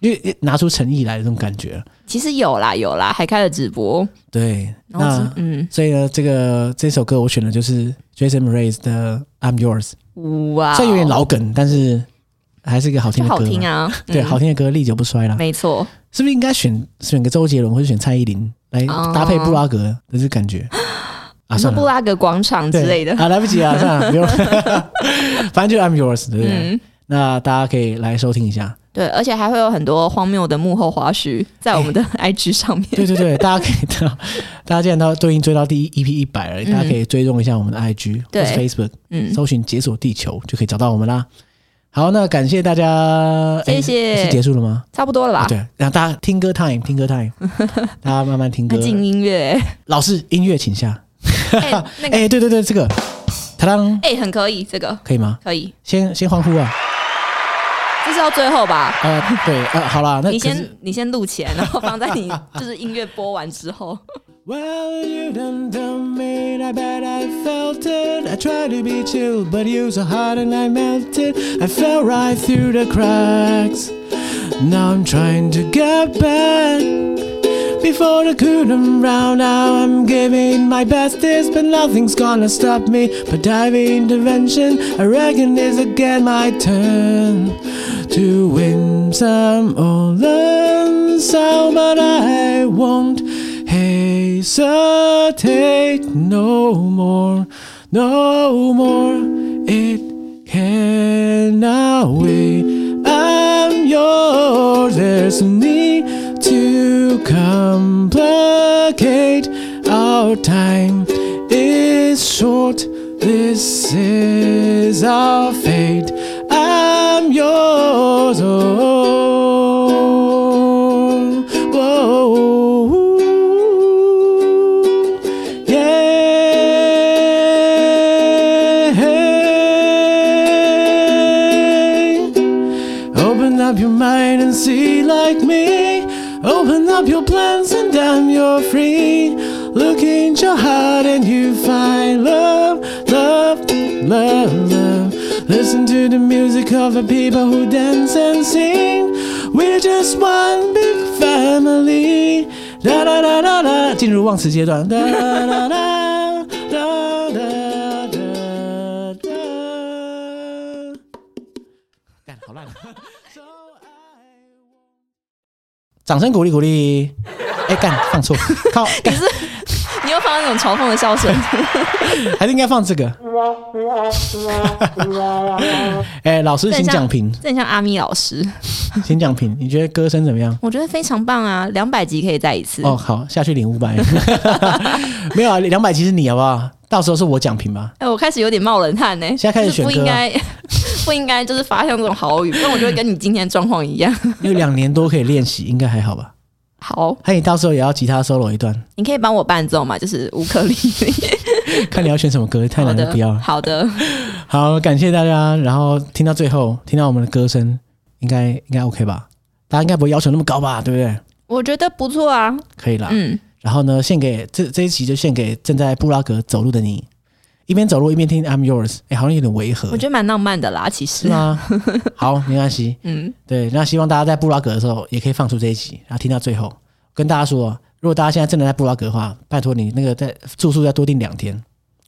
因为拿出诚意来的这种感觉。
其实有啦有啦，还开了直播，
对，
然后是
那
嗯，
所以呢，这个这首歌我选的就是 Jason Mraz 的《I'm Yours》，
哇哦，
虽然有点老梗，但是还是一个好听
就
的歌
好
嘛。
听啊，
对，
嗯
好听的歌历久不衰啦。
没错，
是不是应该选选个周杰伦或者选蔡依林来
哦
搭配布拉格的这感 觉？啊，
什
算
么
了
布。拉格广场之
对
类的，
啊，来不及啊，算了，不用， 反正就 I'm yours，对不啊对？
嗯。
那大家可以来收听一下，
对，而且还会有很多荒谬的幕后花絮在我们的 IG 上面。
哎对对对，大家可以到， 大家既然到都已经追到第一 EP 一百了，
嗯
大家可以追踪一下我们的 IG 或
对
是 Facebook，
嗯，
搜寻“解锁地球”就可以找到我们啦。好，那感谢大家，
谢
哎
谢
是结束了吗？
差不多了吧
啊，？对，让大家听歌 time，听歌 time，大家慢慢听歌
要。进音乐，
老师，音乐请下。
哎、那 个，哎、哎
哎，对对哎对，这个，他当
很可以，这个
可以吗？
可以，
先先欢呼啊！
这是到最后吧？
呃，对，呃，好啦，那
你
可是
先你先录起来，然后放在 你就是音乐播完之后。
Well, you done done me, I bet I felt it. I tried to be chill, but you so hot and I melted. I fell right through the cracks. Now I'm trying to get back. Before the curtain round, now I'm giving my bestest, but nothing's gonna stop me. But diving intervention, I reckon it's again my turn to win some or learn some, but I won't hesitate no more, no more. It cannot wait. I'm yours. There's no need to complicate. Our time is short. This is our fate. I'm yours. Oh, oh, yeah. Open up your mind and see like me. Open up your plans and damn, you're free. Look into your heart and you find love, love, love, love. Listen to the music of the people who dance and sing. We're just one big family. Da da da da da. 进入忘词阶段。Da da da da da da da da. 干，好烂。掌声鼓励鼓励。哎、干，放 错，靠，干，
你又放那种嘲讽的笑 声，
还是应该放这个。 哎、老师，
等一
请
下
讲评，
这很像阿咪老师，
请讲评，你觉得歌声怎么样？
我觉得非常棒啊！两百集可以再一次，
哦，好，下去领五 百。 没有啊，两百其实你好不好？到时候是我讲评吧。
哎、我开始有点冒冷汗呢、
现在开始
就是不
选歌啊
应该， 不应该就是发像这种好语，不然我就会跟你今天状况一样。
有两年多可以练习，应该还好吧？
好，
还有你到时候也要吉他 solo 一段，
你可以帮我伴奏嘛，就是乌克丽丽。
看你要选什么歌，太
好
难
的，
哎就不要了。
好的，
好，感谢大家。然后听到最后，听到我们的歌声，应该应该 OK 吧？大家应该不会要求那么高吧？对不对？
我觉得不错啊。
可以啦。
嗯，
然后呢，献给这这一集就献给正在布拉格走路的你，一边走路一边听《I'm Yours》，哎，好像有点违和
我，觉得蛮浪漫的啦，其
是
实。
吗？好，没关系。
嗯，
对，那希望大家在布拉格的时候也可以放出这一集，然后听到最后。跟大家说，如果大家现在真的在布拉格的话，拜托你那个在住宿再多订两天。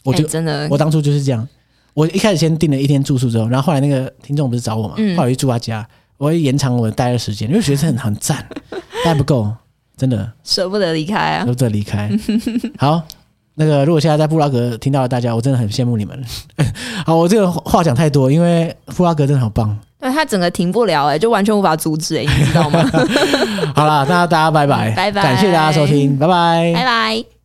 我
哎
就、
真的
我当初就是这样，我一开始先订了一天住宿之后，然后后来那个听众不是找我嘛，
嗯
后来我就住他家，我也延长我的待的时间，因为觉得这很很 赞，但不够，真的
舍不得离开啊
都。不得离开。好，那个，如果现在在布拉格听到的大家，我真的很羡慕你们。 好，我这个话讲太多，因为布拉格真的好棒。
对他整个停不了哎、就完全无法阻止哎、 你知道吗？
好啦，那大家拜拜，
拜拜
感谢大家收听，拜拜
拜拜。